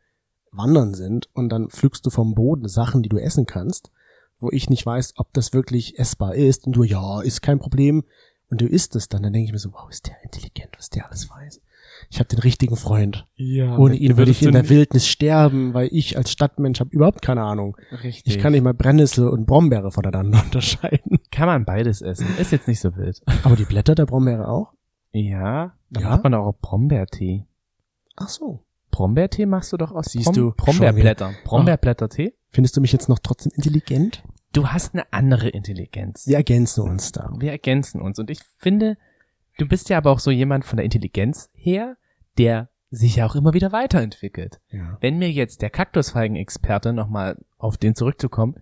Speaker 1: wandern sind und dann pflückst du vom Boden Sachen, die du essen kannst, wo ich nicht weiß, ob das wirklich essbar ist und du, ja, ist kein Problem und du isst es dann, dann denke ich mir so, wow, ist der intelligent, was der alles weiß. Ich habe den richtigen Freund.
Speaker 2: Ja.
Speaker 1: Ohne ihn würde ich in Ah, der Wildnis sterben, weil ich als Stadtmensch habe überhaupt keine Ahnung.
Speaker 2: Richtig.
Speaker 1: Ich kann nicht mal Brennnessel und Brombeere voneinander *laughs* unterscheiden.
Speaker 2: kann man beides essen. Ist jetzt nicht so wild.
Speaker 1: Aber die Blätter der Brombeere auch?
Speaker 2: Ja. Dann
Speaker 1: Ja?
Speaker 2: macht man auch Brombeertee.
Speaker 1: Ach so.
Speaker 2: Brombeertee machst du doch aus
Speaker 1: Siehst
Speaker 2: Brom
Speaker 1: du,
Speaker 2: Brombeerblättern. Brombeerblättertee?
Speaker 1: Findest du mich jetzt noch trotzdem intelligent?
Speaker 2: Du hast eine andere Intelligenz.
Speaker 1: Wir ergänzen uns da.
Speaker 2: Wir ergänzen uns. Und ich finde, du bist ja aber auch so jemand von der Intelligenz her, der sich ja auch immer wieder weiterentwickelt.
Speaker 1: Ja.
Speaker 2: Wenn mir jetzt der Kaktusfeigen-Experte nochmal auf den zurückzukommen,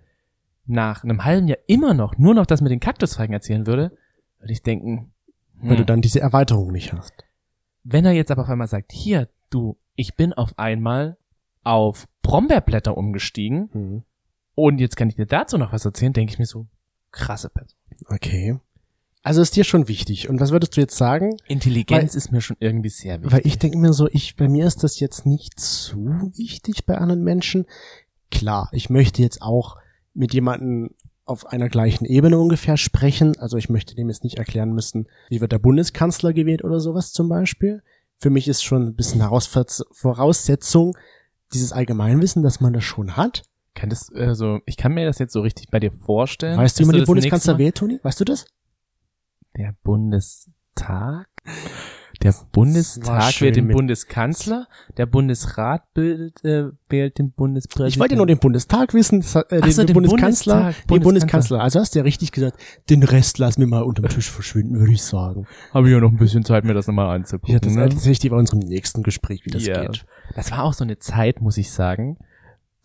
Speaker 2: nach einem halben Jahr immer noch, nur noch das mit den Kaktusfeigen erzählen würde, würde ich denken,
Speaker 1: Weil du
Speaker 2: hm,
Speaker 1: dann diese Erweiterung nicht hast.
Speaker 2: wenn er jetzt aber auf einmal sagt, hier, du, ich bin auf einmal auf Brombeerblätter umgestiegen,
Speaker 1: Hm.
Speaker 2: Und jetzt kann ich dir dazu noch was erzählen, denke ich mir so, krasse Person.
Speaker 1: Okay. Also ist dir schon wichtig. Und was würdest du jetzt sagen?
Speaker 2: Intelligenz ist mir schon irgendwie sehr wichtig.
Speaker 1: Weil ich denke mir so, ich, bei mir ist das jetzt nicht so wichtig bei anderen Menschen. Klar, ich möchte jetzt auch mit jemandem auf einer gleichen Ebene ungefähr sprechen. Also ich möchte dem jetzt nicht erklären müssen, wie wird der Bundeskanzler gewählt oder sowas zum Beispiel. Für mich ist schon ein bisschen Herausver- Voraussetzung, dieses Allgemeinwissen, dass man das schon hat.
Speaker 2: kann das, also, ich kann mir das jetzt so richtig bei dir vorstellen.
Speaker 1: Weißt du, wie
Speaker 2: Bist
Speaker 1: man den
Speaker 2: das
Speaker 1: Bundeskanzler
Speaker 2: nächste
Speaker 1: wählt, Toni? Weißt du das?
Speaker 2: Mal- Der Bundestag? Der Bundestag
Speaker 1: schön
Speaker 2: wählt den
Speaker 1: mit-
Speaker 2: Bundeskanzler, der Bundesrat bildet, äh, wählt den Bundespräsidenten.
Speaker 1: Ich wollte nur den Bundestag wissen, das, hat- äh,
Speaker 2: Ach
Speaker 1: den,
Speaker 2: so, den
Speaker 1: den Bundeskanzler,
Speaker 2: Bundestag,
Speaker 1: den
Speaker 2: Bundeskanzler.
Speaker 1: Bundeskanzler. Also hast du ja richtig gesagt, den Rest lassen wir mal unterm Tisch verschwinden, würde ich sagen.
Speaker 2: Habe ich ja noch ein bisschen Zeit, mir das nochmal anzugucken.
Speaker 1: Ich hatte das
Speaker 2: ne?
Speaker 1: ne? richtig bei unserem nächsten Gespräch, wie das
Speaker 2: Ja.
Speaker 1: geht.
Speaker 2: Das war auch so eine Zeit, muss ich sagen.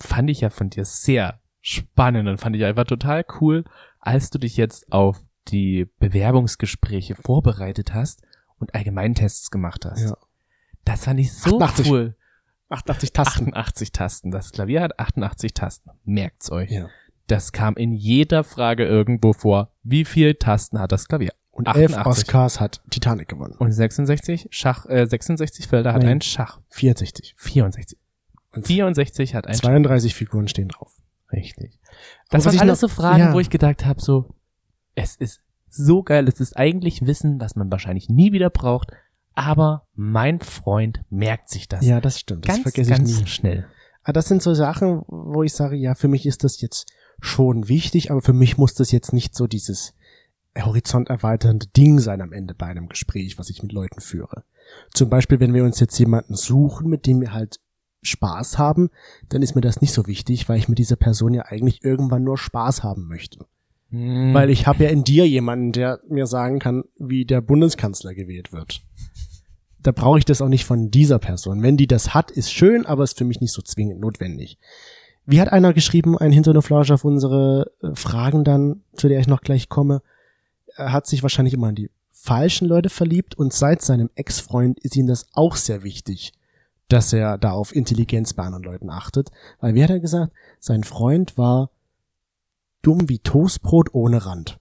Speaker 2: Fand ich ja von dir sehr spannend und fand ich einfach total cool, als du dich jetzt auf die Bewerbungsgespräche vorbereitet hast und Allgemeintests gemacht hast.
Speaker 1: Ja.
Speaker 2: Das fand ich so
Speaker 1: 88.
Speaker 2: cool.
Speaker 1: 88 Tasten.
Speaker 2: 88 Tasten. Das Klavier hat 88 Tasten. Merkt's euch.
Speaker 1: Ja.
Speaker 2: Das kam in jeder Frage irgendwo vor. Wie viel Tasten hat das Klavier?
Speaker 1: Und elf
Speaker 2: 88.
Speaker 1: Oscars hat Titanic gewonnen.
Speaker 2: Und 66 Schach, äh, 66 Felder hat
Speaker 1: Nein.
Speaker 2: ein Schach.
Speaker 1: 64.
Speaker 2: 64. 64 hat ein Schach.
Speaker 1: 32 Figuren stehen drauf.
Speaker 2: Richtig.
Speaker 1: was
Speaker 2: Das waren
Speaker 1: ich
Speaker 2: alles
Speaker 1: noch-
Speaker 2: so Fragen,
Speaker 1: ja.
Speaker 2: wo ich gedacht habe, so, es ist so geil, es ist eigentlich Wissen, was man wahrscheinlich nie wieder braucht, aber mein Freund merkt sich das.
Speaker 1: Ja, das stimmt. Das
Speaker 2: ganz,
Speaker 1: vergesse
Speaker 2: ganz
Speaker 1: ich nie.
Speaker 2: schnell.
Speaker 1: Aber Ah, das sind so Sachen, wo ich sage, ja, für mich ist das jetzt schon wichtig, aber für mich muss das jetzt nicht so dieses horizont erweiternde Ding sein am Ende bei einem Gespräch, was ich mit Leuten führe. Zum Beispiel, wenn wir uns jetzt jemanden suchen, mit dem wir halt Spaß haben, dann ist mir das nicht so wichtig, weil ich mit dieser Person ja eigentlich irgendwann nur Spaß haben möchte.
Speaker 2: Hm. Mhm.
Speaker 1: Weil ich habe ja in dir jemanden, der mir sagen kann, wie der Bundeskanzler gewählt wird. Da brauche ich das auch nicht von dieser Person. Wenn die das hat, ist schön, aber ist für mich nicht so zwingend notwendig. Wie hat einer geschrieben, ein Hinterneuflausch auf unsere äh, Fragen dann, zu der ich noch gleich komme, er hat sich wahrscheinlich immer in die falschen Leute verliebt und seit seinem Ex-Freund ist ihm das auch sehr wichtig, dass er da auf Intelligenz bei anderen Leuten achtet. Weil wie hat er gesagt, sein Freund war dumm wie Toastbrot ohne Rand.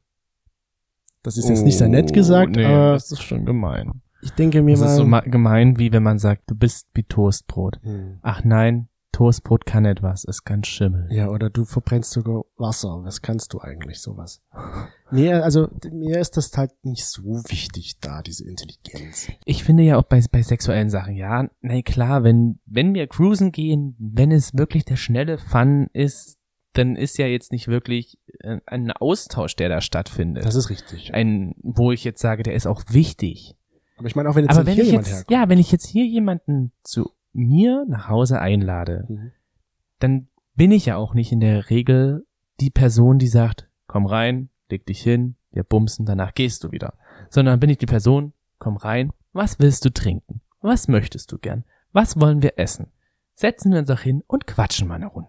Speaker 1: Das ist jetzt nicht sehr nett gesagt,
Speaker 2: Oh, nee,
Speaker 1: aber
Speaker 2: das ist schon gemein.
Speaker 1: ich denke mir
Speaker 2: Das ist
Speaker 1: mal.
Speaker 2: so ma- gemein, wie wenn man sagt, du bist wie Toastbrot.
Speaker 1: Hm.
Speaker 2: Ach nein, Toastbrot kann etwas, es kann schimmeln.
Speaker 1: Ja, oder du verbrennst sogar Wasser. Was kannst du eigentlich sowas? Nee, also mir ist das halt nicht so wichtig da, diese Intelligenz.
Speaker 2: Ich finde ja auch bei, bei sexuellen Sachen, ja, na klar, wenn, wenn wir cruisen gehen, wenn es wirklich der schnelle Fun ist, dann ist ja jetzt nicht wirklich äh, ein Austausch, der da stattfindet.
Speaker 1: Das ist richtig.
Speaker 2: ein, wo ich jetzt sage, der ist auch wichtig.
Speaker 1: Aber ich meine, auch wenn jetzt
Speaker 2: Aber wenn
Speaker 1: hier
Speaker 2: ich
Speaker 1: jemand
Speaker 2: jetzt, ja, wenn ich jetzt hier jemanden zu mir nach Hause einlade,
Speaker 1: herkommt.
Speaker 2: dann bin ich ja auch nicht in der Regel die Person, die sagt, komm rein, leg dich hin, wir bumsen, danach gehst du wieder. Sondern bin ich die Person, komm rein, was willst du trinken? Was möchtest du gern? Was wollen wir essen? Setzen wir uns auch hin und quatschen mal eine Runde.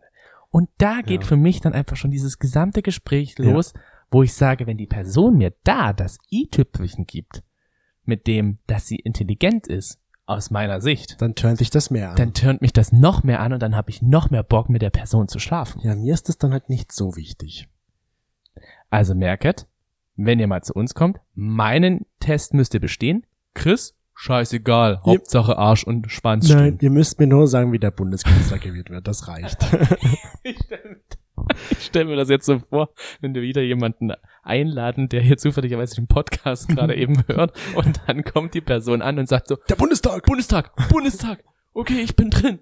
Speaker 2: Und da geht
Speaker 1: Ja.
Speaker 2: für mich dann einfach schon dieses gesamte Gespräch
Speaker 1: Ja.
Speaker 2: los, wo ich sage, wenn die Person mir da das i-Tüpfelchen gibt, mit dem, dass sie intelligent ist, aus meiner Sicht,
Speaker 1: Dann turnt sich das mehr an.
Speaker 2: dann turnt mich das noch mehr an und dann habe ich noch mehr Bock, mit der Person zu schlafen.
Speaker 1: ja, mir ist das dann halt nicht so wichtig.
Speaker 2: Also merket, wenn ihr mal zu uns kommt, meinen Test müsst ihr bestehen. Chris, scheißegal, Hauptsache Arsch und Schwanz
Speaker 1: Nein, ihr müsst mir nur sagen, wie der Bundeskanzler gewählt wird. Das
Speaker 2: *laughs*
Speaker 1: reicht.
Speaker 2: Ich stelle mir das jetzt so vor, wenn wir wieder jemanden einladen, der hier zufälligerweise den *laughs* Podcast gerade eben hört und dann kommt die Person an und sagt so,
Speaker 1: Der Bundestag!
Speaker 2: Bundestag, Bundestag, okay, ich bin drin.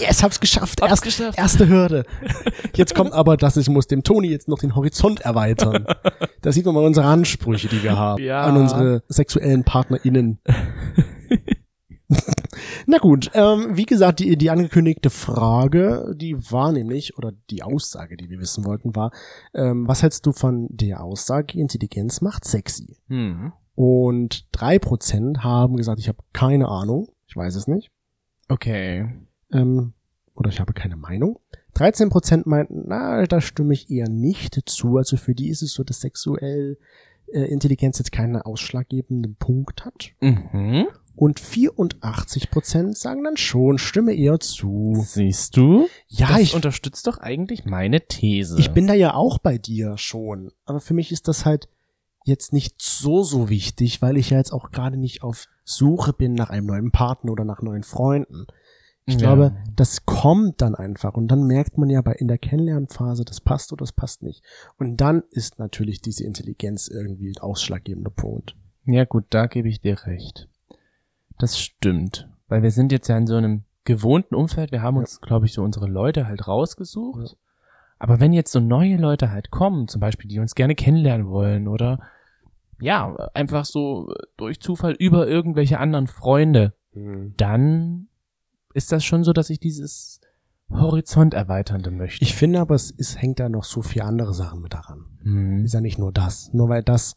Speaker 1: Yes, hab's geschafft.
Speaker 2: Hab's
Speaker 1: Erst,
Speaker 2: geschafft.
Speaker 1: Erste Hürde. *laughs* Jetzt kommt aber, dass ich muss dem Toni jetzt noch den Horizont
Speaker 2: *laughs*
Speaker 1: erweitern. Da sieht man mal unsere Ansprüche, die wir haben
Speaker 2: Ja.
Speaker 1: an unsere sexuellen PartnerInnen. *laughs* Na gut, ähm, wie gesagt, die, die angekündigte Frage, die war nämlich, oder die Aussage, die wir wissen wollten, war, ähm, was hältst du von der Aussage, Intelligenz macht sexy?
Speaker 2: Hm.
Speaker 1: Und drei Prozent haben gesagt, ich habe keine Ahnung, ich weiß es nicht
Speaker 2: Okay.
Speaker 1: ähm, oder ich habe keine Meinung. 13% meinten, na, da stimme ich eher nicht zu. Also für die ist es so, dass sexuell äh, Intelligenz jetzt keinen ausschlaggebenden Punkt hat.
Speaker 2: Mhm.
Speaker 1: Und 84% sagen dann schon, stimme eher zu.
Speaker 2: Siehst du?
Speaker 1: Ja,
Speaker 2: das
Speaker 1: ich,
Speaker 2: unterstützt doch eigentlich meine These.
Speaker 1: ich bin da ja auch bei dir schon. Aber für mich ist das halt jetzt nicht so, so wichtig, weil ich ja jetzt auch gerade nicht auf Suche bin nach einem neuen Partner oder nach neuen Freunden. Ich
Speaker 2: Ja.
Speaker 1: glaube, das kommt dann einfach und dann merkt man ja bei in der Kennenlernphase, das passt oder das passt nicht. Und dann ist natürlich diese Intelligenz irgendwie der ausschlaggebende Punkt.
Speaker 2: Ja, gut, da gebe ich dir recht. Das stimmt. Weil wir sind jetzt ja in so einem gewohnten Umfeld. Wir haben uns, glaube ich, so unsere Leute halt rausgesucht. Aber wenn jetzt so neue Leute halt kommen, zum Beispiel, die uns gerne kennenlernen wollen oder ja, einfach so äh, durch Zufall über irgendwelche anderen Freunde, Hm. dann ist das schon so, dass ich dieses Horizont erweiternde möchte.
Speaker 1: Ich finde aber, es, es hängt da noch so viel andere Sachen mit daran.
Speaker 2: Hm.
Speaker 1: Ist ja nicht nur das. Nur weil das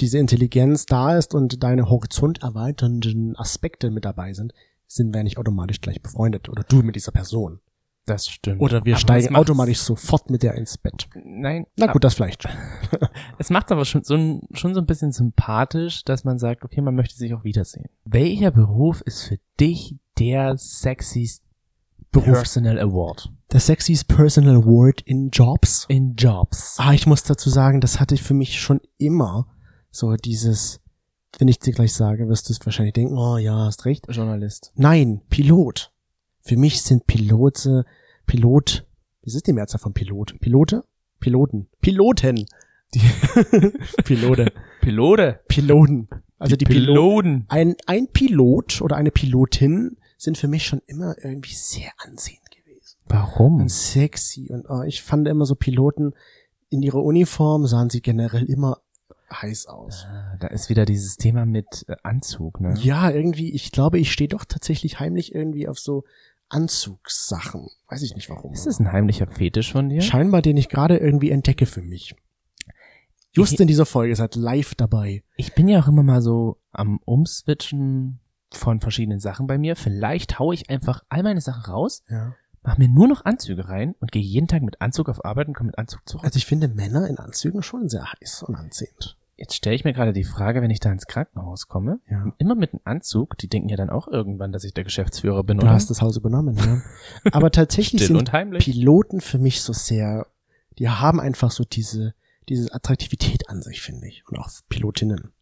Speaker 1: diese Intelligenz da ist und deine horizont erweiternden Aspekte mit dabei sind, sind wir nicht automatisch gleich befreundet oder du mit dieser Person.
Speaker 2: Das stimmt.
Speaker 1: Oder wir
Speaker 2: Aber es
Speaker 1: steigen
Speaker 2: macht's-
Speaker 1: automatisch sofort mit der ins Bett.
Speaker 2: Nein.
Speaker 1: Na gut, das vielleicht. schon.
Speaker 2: Es macht aber schon so, ein, schon so ein bisschen sympathisch, dass man sagt, okay, man möchte sich auch wiedersehen. Welcher Beruf ist für dich der sexiest
Speaker 1: Beruf.
Speaker 2: Personal Award
Speaker 1: The sexiest personal word in jobs.
Speaker 2: in Jobs?
Speaker 1: Ah, ich muss dazu sagen, das hatte ich für mich schon immer. So dieses, wenn ich dir gleich sage, wirst du es wahrscheinlich denken, oh ja, hast recht.
Speaker 2: Journalist.
Speaker 1: Nein, Pilot. Für mich sind Pilote, Pilot, wie ist die Mehrzahl von Pilot? Pilote? Piloten. Piloten. Die *laughs* Pilote.
Speaker 2: Pilote.
Speaker 1: Piloten. Also die, Piloten.
Speaker 2: Piloten.
Speaker 1: Ein, ein Pilot oder eine Pilotin sind für mich schon immer irgendwie sehr anziehend gewesen.
Speaker 2: Warum?
Speaker 1: Und sexy. Und oh, ich fand immer so Piloten in ihrer Uniform sahen sie generell immer heiß aus.
Speaker 2: Ah, Da ist wieder dieses Thema mit äh, Anzug, ne?
Speaker 1: Ja, irgendwie, ich glaube, ich stehe doch tatsächlich heimlich irgendwie auf so Anzugssachen. Weiß ich nicht warum.
Speaker 2: Ist das ein heimlicher Fetisch von dir?
Speaker 1: Scheinbar, den ich gerade irgendwie entdecke für mich. Just in dieser Folge seid live dabei.
Speaker 2: Ich bin ja auch immer mal so am Umswitchen von verschiedenen Sachen bei mir. Vielleicht haue ich einfach all meine Sachen raus,
Speaker 1: Ja.
Speaker 2: mache mir nur noch Anzüge rein und gehe jeden Tag mit Anzug auf Arbeit und komme mit Anzug zurück.
Speaker 1: Also ich finde Männer in Anzügen schon sehr heiß und anziehend.
Speaker 2: Jetzt stelle ich mir gerade die Frage, wenn ich da ins Krankenhaus komme,
Speaker 1: Ja.
Speaker 2: immer mit einem Anzug, die denken ja dann auch irgendwann, dass ich der Geschäftsführer bin,
Speaker 1: Du
Speaker 2: oder?
Speaker 1: hast das Haus übernommen, ja. Aber tatsächlich
Speaker 2: Still
Speaker 1: sind
Speaker 2: und heimlich.
Speaker 1: Piloten für mich so sehr, die haben einfach so diese, diese Attraktivität an sich, finde ich. Und auch Pilotinnen.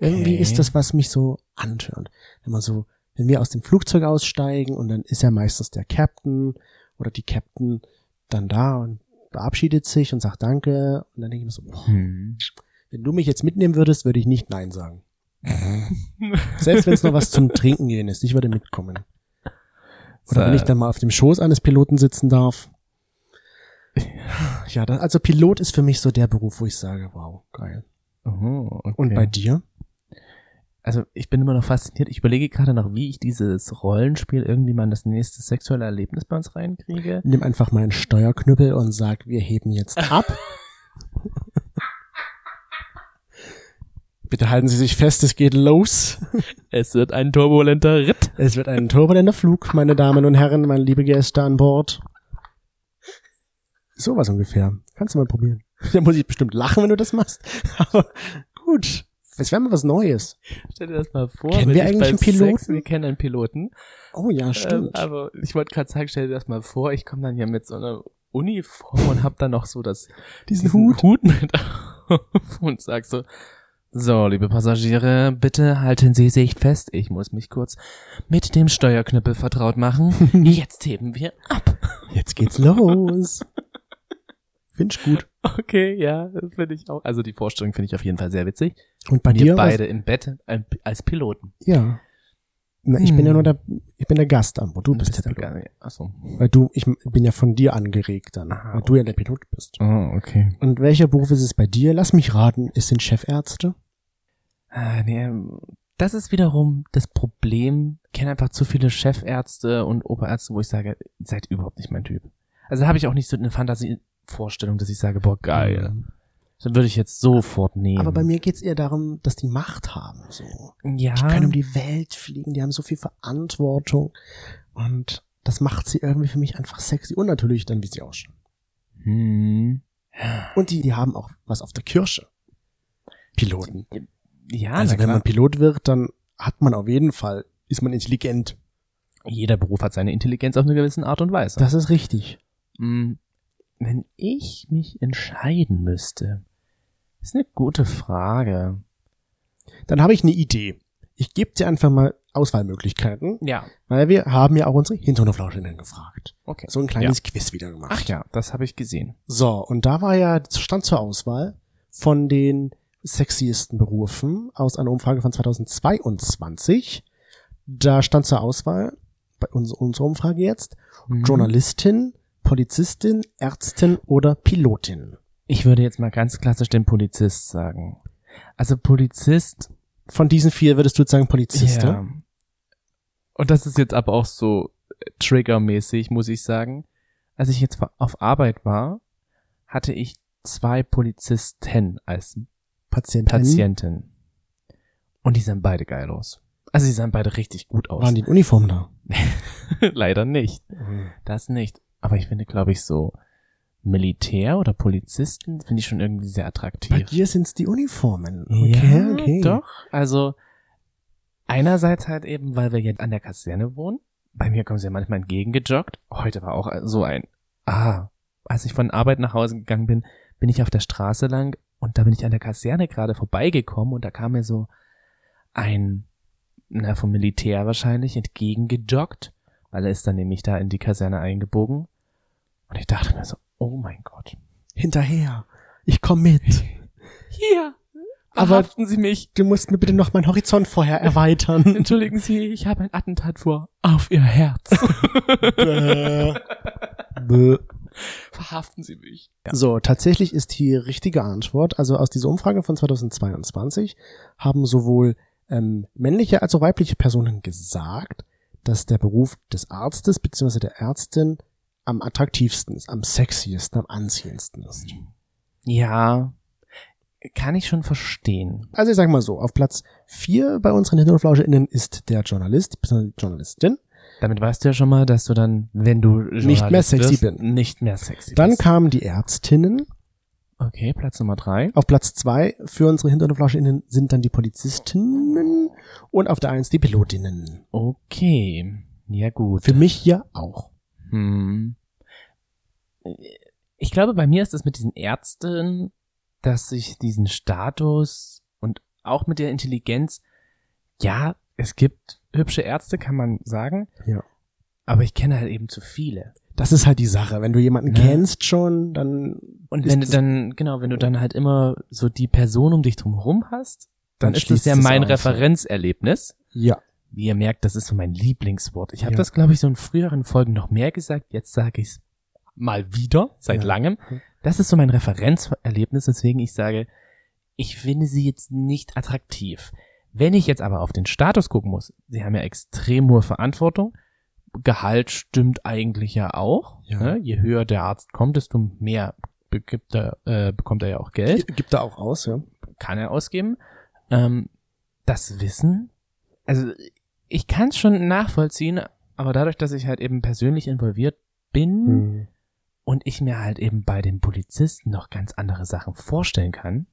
Speaker 1: Irgendwie ist das, was mich so antört. Wenn man so, wenn wir aus dem Flugzeug aussteigen und dann ist ja meistens der Captain oder die Captain dann da und verabschiedet sich und sagt Danke. Und dann denke ich mir so, boah,
Speaker 2: Hm.
Speaker 1: wenn du mich jetzt mitnehmen würdest, würde ich nicht Nein sagen. Selbst wenn es nur was zum Trinken gehen ist, ich würde mitkommen. Oder wenn ich dann mal auf dem Schoß eines Piloten sitzen darf. Ja, da- also Pilot ist für mich so der Beruf, wo ich sage, wow, geil.
Speaker 2: Oh, okay.
Speaker 1: Und bei dir?
Speaker 2: also ich bin immer noch fasziniert. Ich überlege gerade noch, wie ich dieses Rollenspiel irgendwie mal in das nächste sexuelle Erlebnis bei uns reinkriege.
Speaker 1: Nimm einfach meinen Steuerknüppel und sag, wir heben jetzt ab. Bitte halten Sie sich fest, es geht los.
Speaker 2: Es wird ein turbulenter Ritt.
Speaker 1: Es wird ein turbulenter Flug, meine Damen und Herren, meine liebe Gäste an Bord. Sowas ungefähr. Kannst du mal probieren. *laughs* Da muss ich bestimmt lachen, wenn du das machst. *laughs* Aber gut. Es wäre mal was Neues.
Speaker 2: Stell dir das mal vor.
Speaker 1: Kennen
Speaker 2: wenn
Speaker 1: wir
Speaker 2: ich
Speaker 1: eigentlich
Speaker 2: beim
Speaker 1: einen Piloten?
Speaker 2: Sex, wir kennen einen Piloten.
Speaker 1: Oh ja,
Speaker 2: Ähm,
Speaker 1: stimmt.
Speaker 2: aber ich wollte gerade sagen, stell dir das mal vor, ich komme dann hier mit so einer Uniform und hab dann noch so das,
Speaker 1: Diesen
Speaker 2: Hut. Hut mit auf und sag so, so, liebe Passagiere, bitte halten Sie sich fest. Ich muss mich kurz mit dem Steuerknüppel vertraut *laughs* machen. Jetzt heben wir ab.
Speaker 1: Jetzt geht's los. Finde ich gut.
Speaker 2: Okay, ja, das finde ich auch. Also die Vorstellung finde ich auf jeden Fall sehr witzig.
Speaker 1: Und bei
Speaker 2: Wir
Speaker 1: dir?
Speaker 2: beide im Bett ein- als Piloten.
Speaker 1: Was? Ja. Na, ich bin ja
Speaker 2: Hm.
Speaker 1: nur der, ich bin der Gast am Bord. Du bist der Pilot.
Speaker 2: Pilot. Achso.
Speaker 1: Weil du, ich bin ja von dir angeregt dann,
Speaker 2: Aha,
Speaker 1: weil du ja der Pilot bist.
Speaker 2: Oh, okay.
Speaker 1: Und welcher Beruf ist es bei dir? Lass mich raten, es sind Chefärzte.
Speaker 2: Ah, nee, ähm, das ist wiederum das Problem. Ich kenne einfach zu viele Chefärzte und Oberärzte, wo ich sage, ihr seid überhaupt nicht mein Typ. Also da habe ich auch nicht so eine Fantasievorstellung, dass ich sage, boah, geil. Dann würde ich jetzt sofort nehmen.
Speaker 1: Aber bei mir geht's eher darum, dass die Macht haben. So.
Speaker 2: ja,
Speaker 1: Die können um die Welt fliegen, die haben so viel Verantwortung. Und das macht sie irgendwie für mich einfach sexy. Und natürlich dann, wie sie ausschauen.
Speaker 2: hm,
Speaker 1: Und die, die haben auch was auf der Kirsche. Piloten.
Speaker 2: ja,
Speaker 1: also
Speaker 2: also
Speaker 1: wenn man Pilot wird, dann hat man auf jeden Fall, ist man intelligent.
Speaker 2: jeder Beruf hat seine Intelligenz auf eine gewisse Art und Weise.
Speaker 1: Das ist richtig.
Speaker 2: Mm, Wenn ich mich entscheiden müsste, ist eine gute Frage.
Speaker 1: Dann habe ich eine Idee. Ich gebe dir einfach mal Auswahlmöglichkeiten,
Speaker 2: Ja,
Speaker 1: weil wir haben ja auch unsere Hinterhoflauschinnen gefragt.
Speaker 2: okay.
Speaker 1: So ein kleines Quiz wieder gemacht.
Speaker 2: Ach ja, das habe ich gesehen.
Speaker 1: So, und da war ja, stand zur Auswahl von den sexiesten Berufen aus einer Umfrage von 2022. Da stand zur Auswahl, bei uns, unserer Umfrage jetzt,
Speaker 2: Mhm.
Speaker 1: Journalistin, Polizistin, Ärztin oder Pilotin.
Speaker 2: Ich würde jetzt mal ganz klassisch den Polizist sagen. Also Polizist.
Speaker 1: Von diesen vier würdest du sagen Polizist, ne? ja.
Speaker 2: ja. Und das ist jetzt aber auch so äh, triggermäßig, muss ich sagen. Als ich jetzt auf Arbeit war, hatte ich zwei Polizisten als
Speaker 1: Mhm. Patientin.
Speaker 2: Patientin. Und die sahen beide geil aus. Also die sahen beide richtig gut aus.
Speaker 1: Waren die in Uniform da?
Speaker 2: *laughs* Leider nicht. Das nicht. Aber ich finde, glaube ich, so Militär oder Polizisten finde ich schon irgendwie sehr attraktiv.
Speaker 1: Bei dir sind's die Uniformen. Okay,
Speaker 2: ja,
Speaker 1: okay.
Speaker 2: Doch. Also einerseits halt eben, weil wir jetzt an der Kaserne wohnen. Bei mir kommen sie ja manchmal entgegengejoggt. Heute war auch so ein Ah, als ich von Arbeit nach Hause gegangen bin, bin ich auf der Straße lang Und da bin ich an der Kaserne gerade vorbeigekommen und da kam mir so ein, na, vom Militär wahrscheinlich entgegengejoggt, weil er ist dann nämlich da in die Kaserne eingebogen. Und ich dachte mir so, oh mein Gott.
Speaker 1: Hinterher. Ich komm
Speaker 2: *laughs*
Speaker 1: mit.
Speaker 2: Hier!
Speaker 1: Aber-
Speaker 2: Verhaften Sie mich!
Speaker 1: Du musst mir bitte noch meinen Horizont vorher erweitern.
Speaker 2: *laughs* Entschuldigen Sie, ich habe ein Attentat vor. Auf Ihr *laughs* Herz.
Speaker 1: Bäh. Bäh.
Speaker 2: Verhaften Sie mich.
Speaker 1: So, tatsächlich ist die richtige Antwort, also aus dieser Umfrage von 2022 haben sowohl ähm, männliche als auch weibliche Personen gesagt, dass der Beruf des Arztes bzw. der Ärztin am attraktivsten ist, am sexiesten, am anziehendsten ist.
Speaker 2: Ja, kann ich schon verstehen.
Speaker 1: Also ich sag mal so, auf Platz vier bei unseren HinterflauscherInnen ist der Journalist bzw. die Journalistin.
Speaker 2: Damit weißt du ja schon mal, dass du dann, wenn du Journalist
Speaker 1: Nicht mehr sexy
Speaker 2: bist,
Speaker 1: bin.
Speaker 2: nicht mehr sexy
Speaker 1: Dann
Speaker 2: bist.
Speaker 1: kamen die Ärztinnen.
Speaker 2: Okay, Platz Nummer drei.
Speaker 1: Auf Platz zwei für unsere HinterflauscherInnen sind dann die Polizistinnen und auf der eins die Pilotinnen.
Speaker 2: Okay, ja gut.
Speaker 1: Für mich ja auch.
Speaker 2: Hm. Ich glaube, bei mir ist das mit diesen Ärzten, dass ich diesen Status und auch mit der Intelligenz, ja, es gibt hübsche Ärzte, kann man sagen.
Speaker 1: Ja.
Speaker 2: Aber ich kenne halt eben zu viele.
Speaker 1: Das ist halt die Sache. Wenn du jemanden
Speaker 2: Ja.
Speaker 1: kennst schon, dann
Speaker 2: Und
Speaker 1: Ist
Speaker 2: wenn du
Speaker 1: das-
Speaker 2: dann, genau, wenn du dann halt immer so die Person um dich drum herum hast,
Speaker 1: Dann
Speaker 2: dann, ist das
Speaker 1: schließt
Speaker 2: ja
Speaker 1: es
Speaker 2: mein
Speaker 1: aus.
Speaker 2: Referenzerlebnis.
Speaker 1: ja.
Speaker 2: Wie ihr merkt, das ist so mein Lieblingswort. Ich habe
Speaker 1: Ja.
Speaker 2: das, glaube ich, so in früheren Folgen noch mehr gesagt. Jetzt sage ich es mal wieder, seit
Speaker 1: Ja.
Speaker 2: langem. Das ist so mein Referenzerlebnis, weswegen ich sage, ich finde sie jetzt nicht attraktiv. Wenn ich jetzt aber auf den Status gucken muss, sie haben ja extrem hohe Verantwortung. Gehalt stimmt eigentlich ja auch.
Speaker 1: Ja.
Speaker 2: Ne? Je höher der Arzt kommt, desto mehr begibt er, äh, bekommt er ja auch Geld
Speaker 1: Gibt da auch aus, ja.
Speaker 2: kann er ausgeben. Ähm, das Wissen, also ich kann es schon nachvollziehen, aber dadurch, dass ich halt eben persönlich involviert bin
Speaker 1: Hm.
Speaker 2: und ich mir halt eben bei den Polizisten noch ganz andere Sachen vorstellen kann.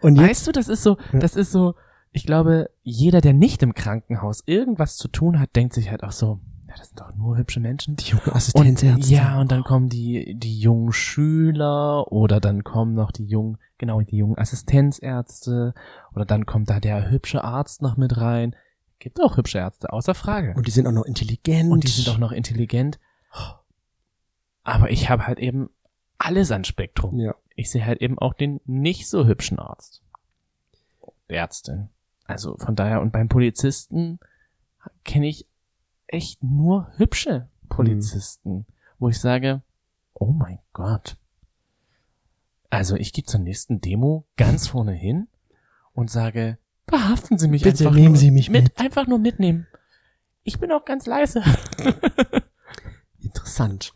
Speaker 1: Und jetzt,
Speaker 2: Weißt du, das ist so,
Speaker 1: Ja.
Speaker 2: das ist so, ich glaube, jeder, der nicht im Krankenhaus irgendwas zu tun hat, denkt sich halt auch so, ja, das sind doch nur hübsche Menschen.
Speaker 1: die junge
Speaker 2: Und,
Speaker 1: Assistenzärztin.
Speaker 2: ja, und dann kommen die, die jungen Schüler oder dann kommen noch die jungen, genau, die jungen Assistenzärzte oder dann kommt da der hübsche Arzt noch mit rein. Gibt auch hübsche Ärzte, außer Frage.
Speaker 1: Und die sind auch noch intelligent.
Speaker 2: Und die sind auch noch intelligent. Aber ich habe halt eben alles an Spektrum.
Speaker 1: Ja.
Speaker 2: Ich sehe halt eben auch den nicht so hübschen Arzt. Ärztin. Also von daher, und beim Polizisten kenne ich echt nur hübsche Polizisten, wo ich sage, oh mein Gott. Also ich gehe zur nächsten Demo ganz vorne hin und sage, verhaften Sie mich
Speaker 1: Bitte
Speaker 2: einfach
Speaker 1: nehmen
Speaker 2: nur
Speaker 1: Sie mich mit.
Speaker 2: Einfach nur mitnehmen. Ich bin auch ganz leise.
Speaker 1: *laughs* Interessant.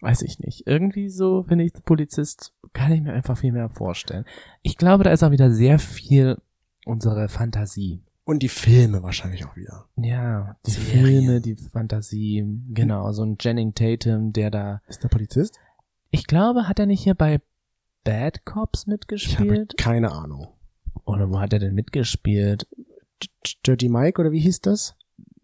Speaker 2: Weiß ich nicht. Irgendwie so, finde ich, Polizist kann ich mir einfach viel mehr vorstellen. Ich glaube, da ist auch wieder sehr viel unsere Fantasie.
Speaker 1: Und die Filme wahrscheinlich auch wieder.
Speaker 2: Ja, die
Speaker 1: Serien.
Speaker 2: Filme, die Fantasie, genau, so ein Jenning Tatum, der da,
Speaker 1: Ist der Polizist?
Speaker 2: ich glaube, hat er nicht hier bei Bad Cops
Speaker 1: Ich habe
Speaker 2: mitgespielt?
Speaker 1: keine Ahnung.
Speaker 2: Oder wo hat er denn mitgespielt?
Speaker 1: D- D- Dirty Mike oder wie hieß das?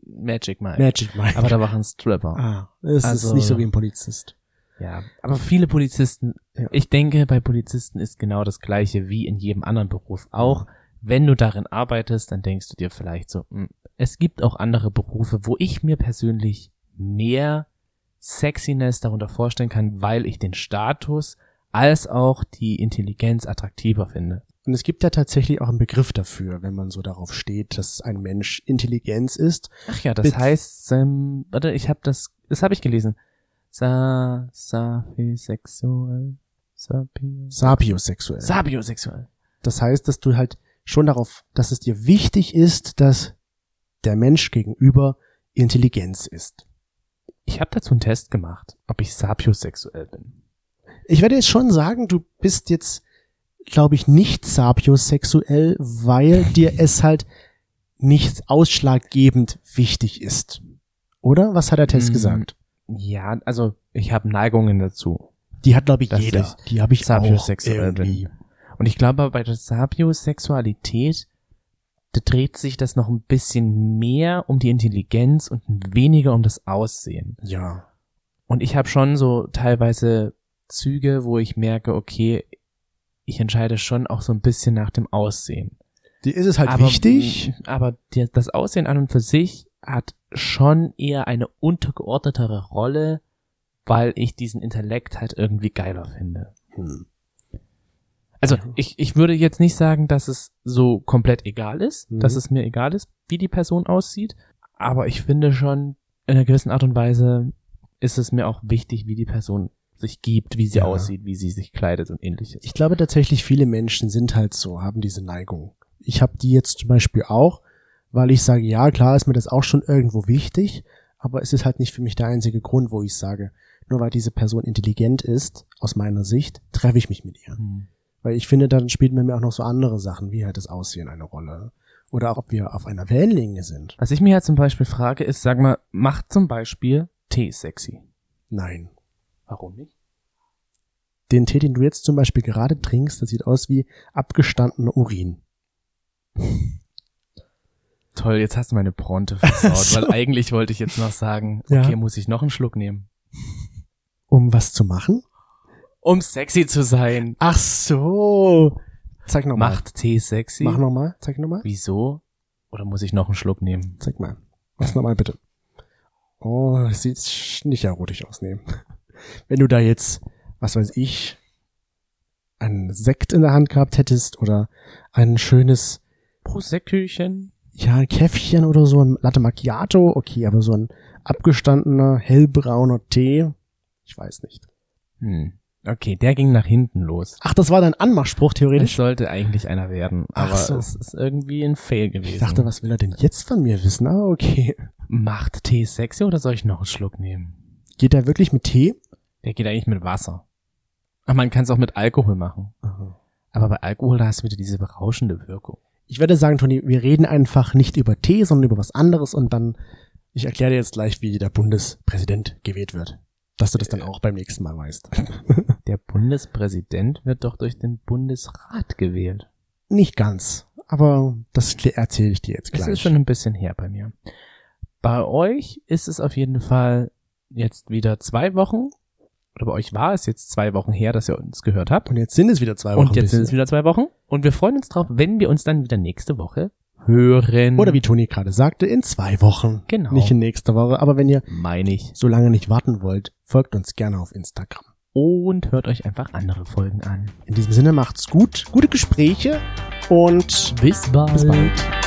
Speaker 2: Magic Mike.
Speaker 1: Magic Mike.
Speaker 2: Aber da war ein Stripper.
Speaker 1: ah, es
Speaker 2: Also-
Speaker 1: ist nicht so wie ein Polizist.
Speaker 2: Ja, aber viele Polizisten,
Speaker 1: Ja.
Speaker 2: ich denke, bei Polizisten ist genau das Gleiche wie in jedem anderen Beruf auch. Wenn du darin arbeitest, dann denkst du dir vielleicht so, hm, es gibt auch andere Berufe, wo ich mir persönlich mehr Sexiness darunter vorstellen kann, weil ich den Status als auch die Intelligenz attraktiver finde.
Speaker 1: Und es gibt ja tatsächlich auch einen Begriff dafür, wenn man so darauf steht, dass ein Mensch Intelligenz ist.
Speaker 2: Ach ja, das
Speaker 1: Bit-
Speaker 2: heißt, ähm, warte, ich habe das, das habe ich gelesen. Sa, sapisexuell, sapio,
Speaker 1: Sapiosexuell.
Speaker 2: sapiosexuell.
Speaker 1: Das heißt, dass du halt schon darauf, dass es dir wichtig ist, dass der Mensch gegenüber Intelligenz ist.
Speaker 2: Ich habe dazu einen Test gemacht, ob ich sapiosexuell bin.
Speaker 1: Ich werde jetzt schon sagen, du bist jetzt, glaube ich, nicht sapiosexuell, weil dir es halt nicht ausschlaggebend wichtig ist. Oder? Was hat der Test
Speaker 2: Mm.
Speaker 1: gesagt?
Speaker 2: Ja, also ich habe Neigungen dazu.
Speaker 1: Die hat, glaube ich,
Speaker 2: Dass
Speaker 1: jeder. Die habe ich auch
Speaker 2: sapiosexuell
Speaker 1: irgendwie.
Speaker 2: Und ich glaube, bei der Sapiosexualität da dreht sich das noch ein bisschen mehr um die Intelligenz und weniger um das Aussehen.
Speaker 1: Ja.
Speaker 2: Und ich habe schon so teilweise Züge, wo ich merke, okay, ich entscheide schon auch so ein bisschen nach dem Aussehen.
Speaker 1: Die ist es halt
Speaker 2: aber,
Speaker 1: wichtig.
Speaker 2: Aber die, das Aussehen an und für sich hat schon eher eine untergeordnetere Rolle, weil ich diesen Intellekt halt irgendwie geiler finde.
Speaker 1: Hm.
Speaker 2: Also ich, ich würde jetzt nicht sagen, dass es so komplett egal ist,
Speaker 1: Mhm.
Speaker 2: dass es mir egal ist, wie die Person aussieht, aber ich finde schon, in einer gewissen Art und Weise ist es mir auch wichtig, wie die Person sich gibt, wie sie
Speaker 1: Ja.
Speaker 2: aussieht, wie sie sich kleidet und ähnliches.
Speaker 1: Ich glaube tatsächlich, viele Menschen sind halt so, haben diese Neigung. Ich habe die jetzt zum Beispiel auch, weil ich sage, ja, klar ist mir das auch schon irgendwo wichtig, aber es ist halt nicht für mich der einzige Grund, wo ich sage, nur weil diese Person intelligent ist, aus meiner Sicht, treffe ich mich mit ihr.
Speaker 2: Hm.
Speaker 1: Weil ich finde, dann spielen bei mir auch noch so andere Sachen, wie halt das Aussehen eine Rolle. Oder auch, ob wir auf einer Wellenlinie sind.
Speaker 2: Was ich mir ja zum Beispiel frage, ist, sag mal, macht zum Beispiel Tee sexy?
Speaker 1: Nein.
Speaker 2: Warum nicht?
Speaker 1: Den Tee, den du jetzt zum Beispiel gerade trinkst, das sieht aus wie abgestandener Urin.
Speaker 2: Toll, jetzt hast du meine Bronte
Speaker 1: *laughs*
Speaker 2: versaut,
Speaker 1: So.
Speaker 2: weil eigentlich wollte ich jetzt noch sagen,
Speaker 1: Ja.
Speaker 2: okay, muss ich noch einen Schluck nehmen.
Speaker 1: Um was zu machen?
Speaker 2: Um sexy zu sein.
Speaker 1: Ach so. Zeig nochmal.
Speaker 2: Macht Tee sexy?
Speaker 1: Mach nochmal. Zeig nochmal.
Speaker 2: Wieso? Oder muss ich noch einen Schluck nehmen?
Speaker 1: Zeig mal. Mach's nochmal bitte. Oh, das sieht sch- nicht erotisch aus, nee. *laughs* Wenn du da jetzt, was weiß ich, einen Sekt in der Hand gehabt hättest oder ein schönes
Speaker 2: Prosecküchen.
Speaker 1: ja, ein Käffchen oder so, ein Latte Macchiato, okay, aber so ein abgestandener, hellbrauner Tee, ich weiß nicht.
Speaker 2: Hm. Okay, der ging nach hinten los.
Speaker 1: Ach, das war dein Anmachspruch
Speaker 2: Es
Speaker 1: theoretisch?
Speaker 2: sollte eigentlich einer werden,
Speaker 1: Ach
Speaker 2: aber
Speaker 1: so.
Speaker 2: es ist irgendwie ein Fail gewesen.
Speaker 1: Ich dachte, was will er denn jetzt von mir wissen? Aber okay.
Speaker 2: Macht Tee sexy oder soll ich noch einen Schluck nehmen?
Speaker 1: Geht er wirklich mit Tee?
Speaker 2: Der geht eigentlich mit Wasser. Ach, man kann es auch mit Alkohol machen. Aber bei Alkohol, da hast du wieder diese berauschende Wirkung.
Speaker 1: Ich würde sagen, Toni, wir reden einfach nicht über Tee, sondern über was anderes und dann, ich erkläre dir jetzt gleich, wie der Bundespräsident gewählt wird. Dass du das dann auch beim nächsten Mal weißt.
Speaker 2: Der Bundespräsident wird doch durch den Bundesrat gewählt.
Speaker 1: Nicht ganz, aber das erzähle ich dir jetzt
Speaker 2: Das
Speaker 1: gleich.
Speaker 2: ist schon ein bisschen her bei mir. Bei euch ist es auf jeden Fall jetzt wieder zwei Wochen. Oder bei euch war es jetzt zwei Wochen her, dass ihr uns gehört habt.
Speaker 1: und jetzt sind es wieder zwei Wochen.
Speaker 2: Und jetzt sind
Speaker 1: bis-
Speaker 2: es wieder zwei Wochen. Und wir freuen uns drauf, wenn wir uns dann wieder nächste Woche hören.
Speaker 1: Oder wie Toni gerade sagte, in zwei Wochen.
Speaker 2: Genau.
Speaker 1: Nicht in nächster Woche. Aber wenn ihr
Speaker 2: Meine ich.
Speaker 1: so lange nicht warten wollt, folgt uns gerne auf Instagram.
Speaker 2: Und hört euch einfach andere Folgen an.
Speaker 1: In diesem Sinne macht's gut, gute Gespräche und
Speaker 2: Bis bald.
Speaker 1: bis bald.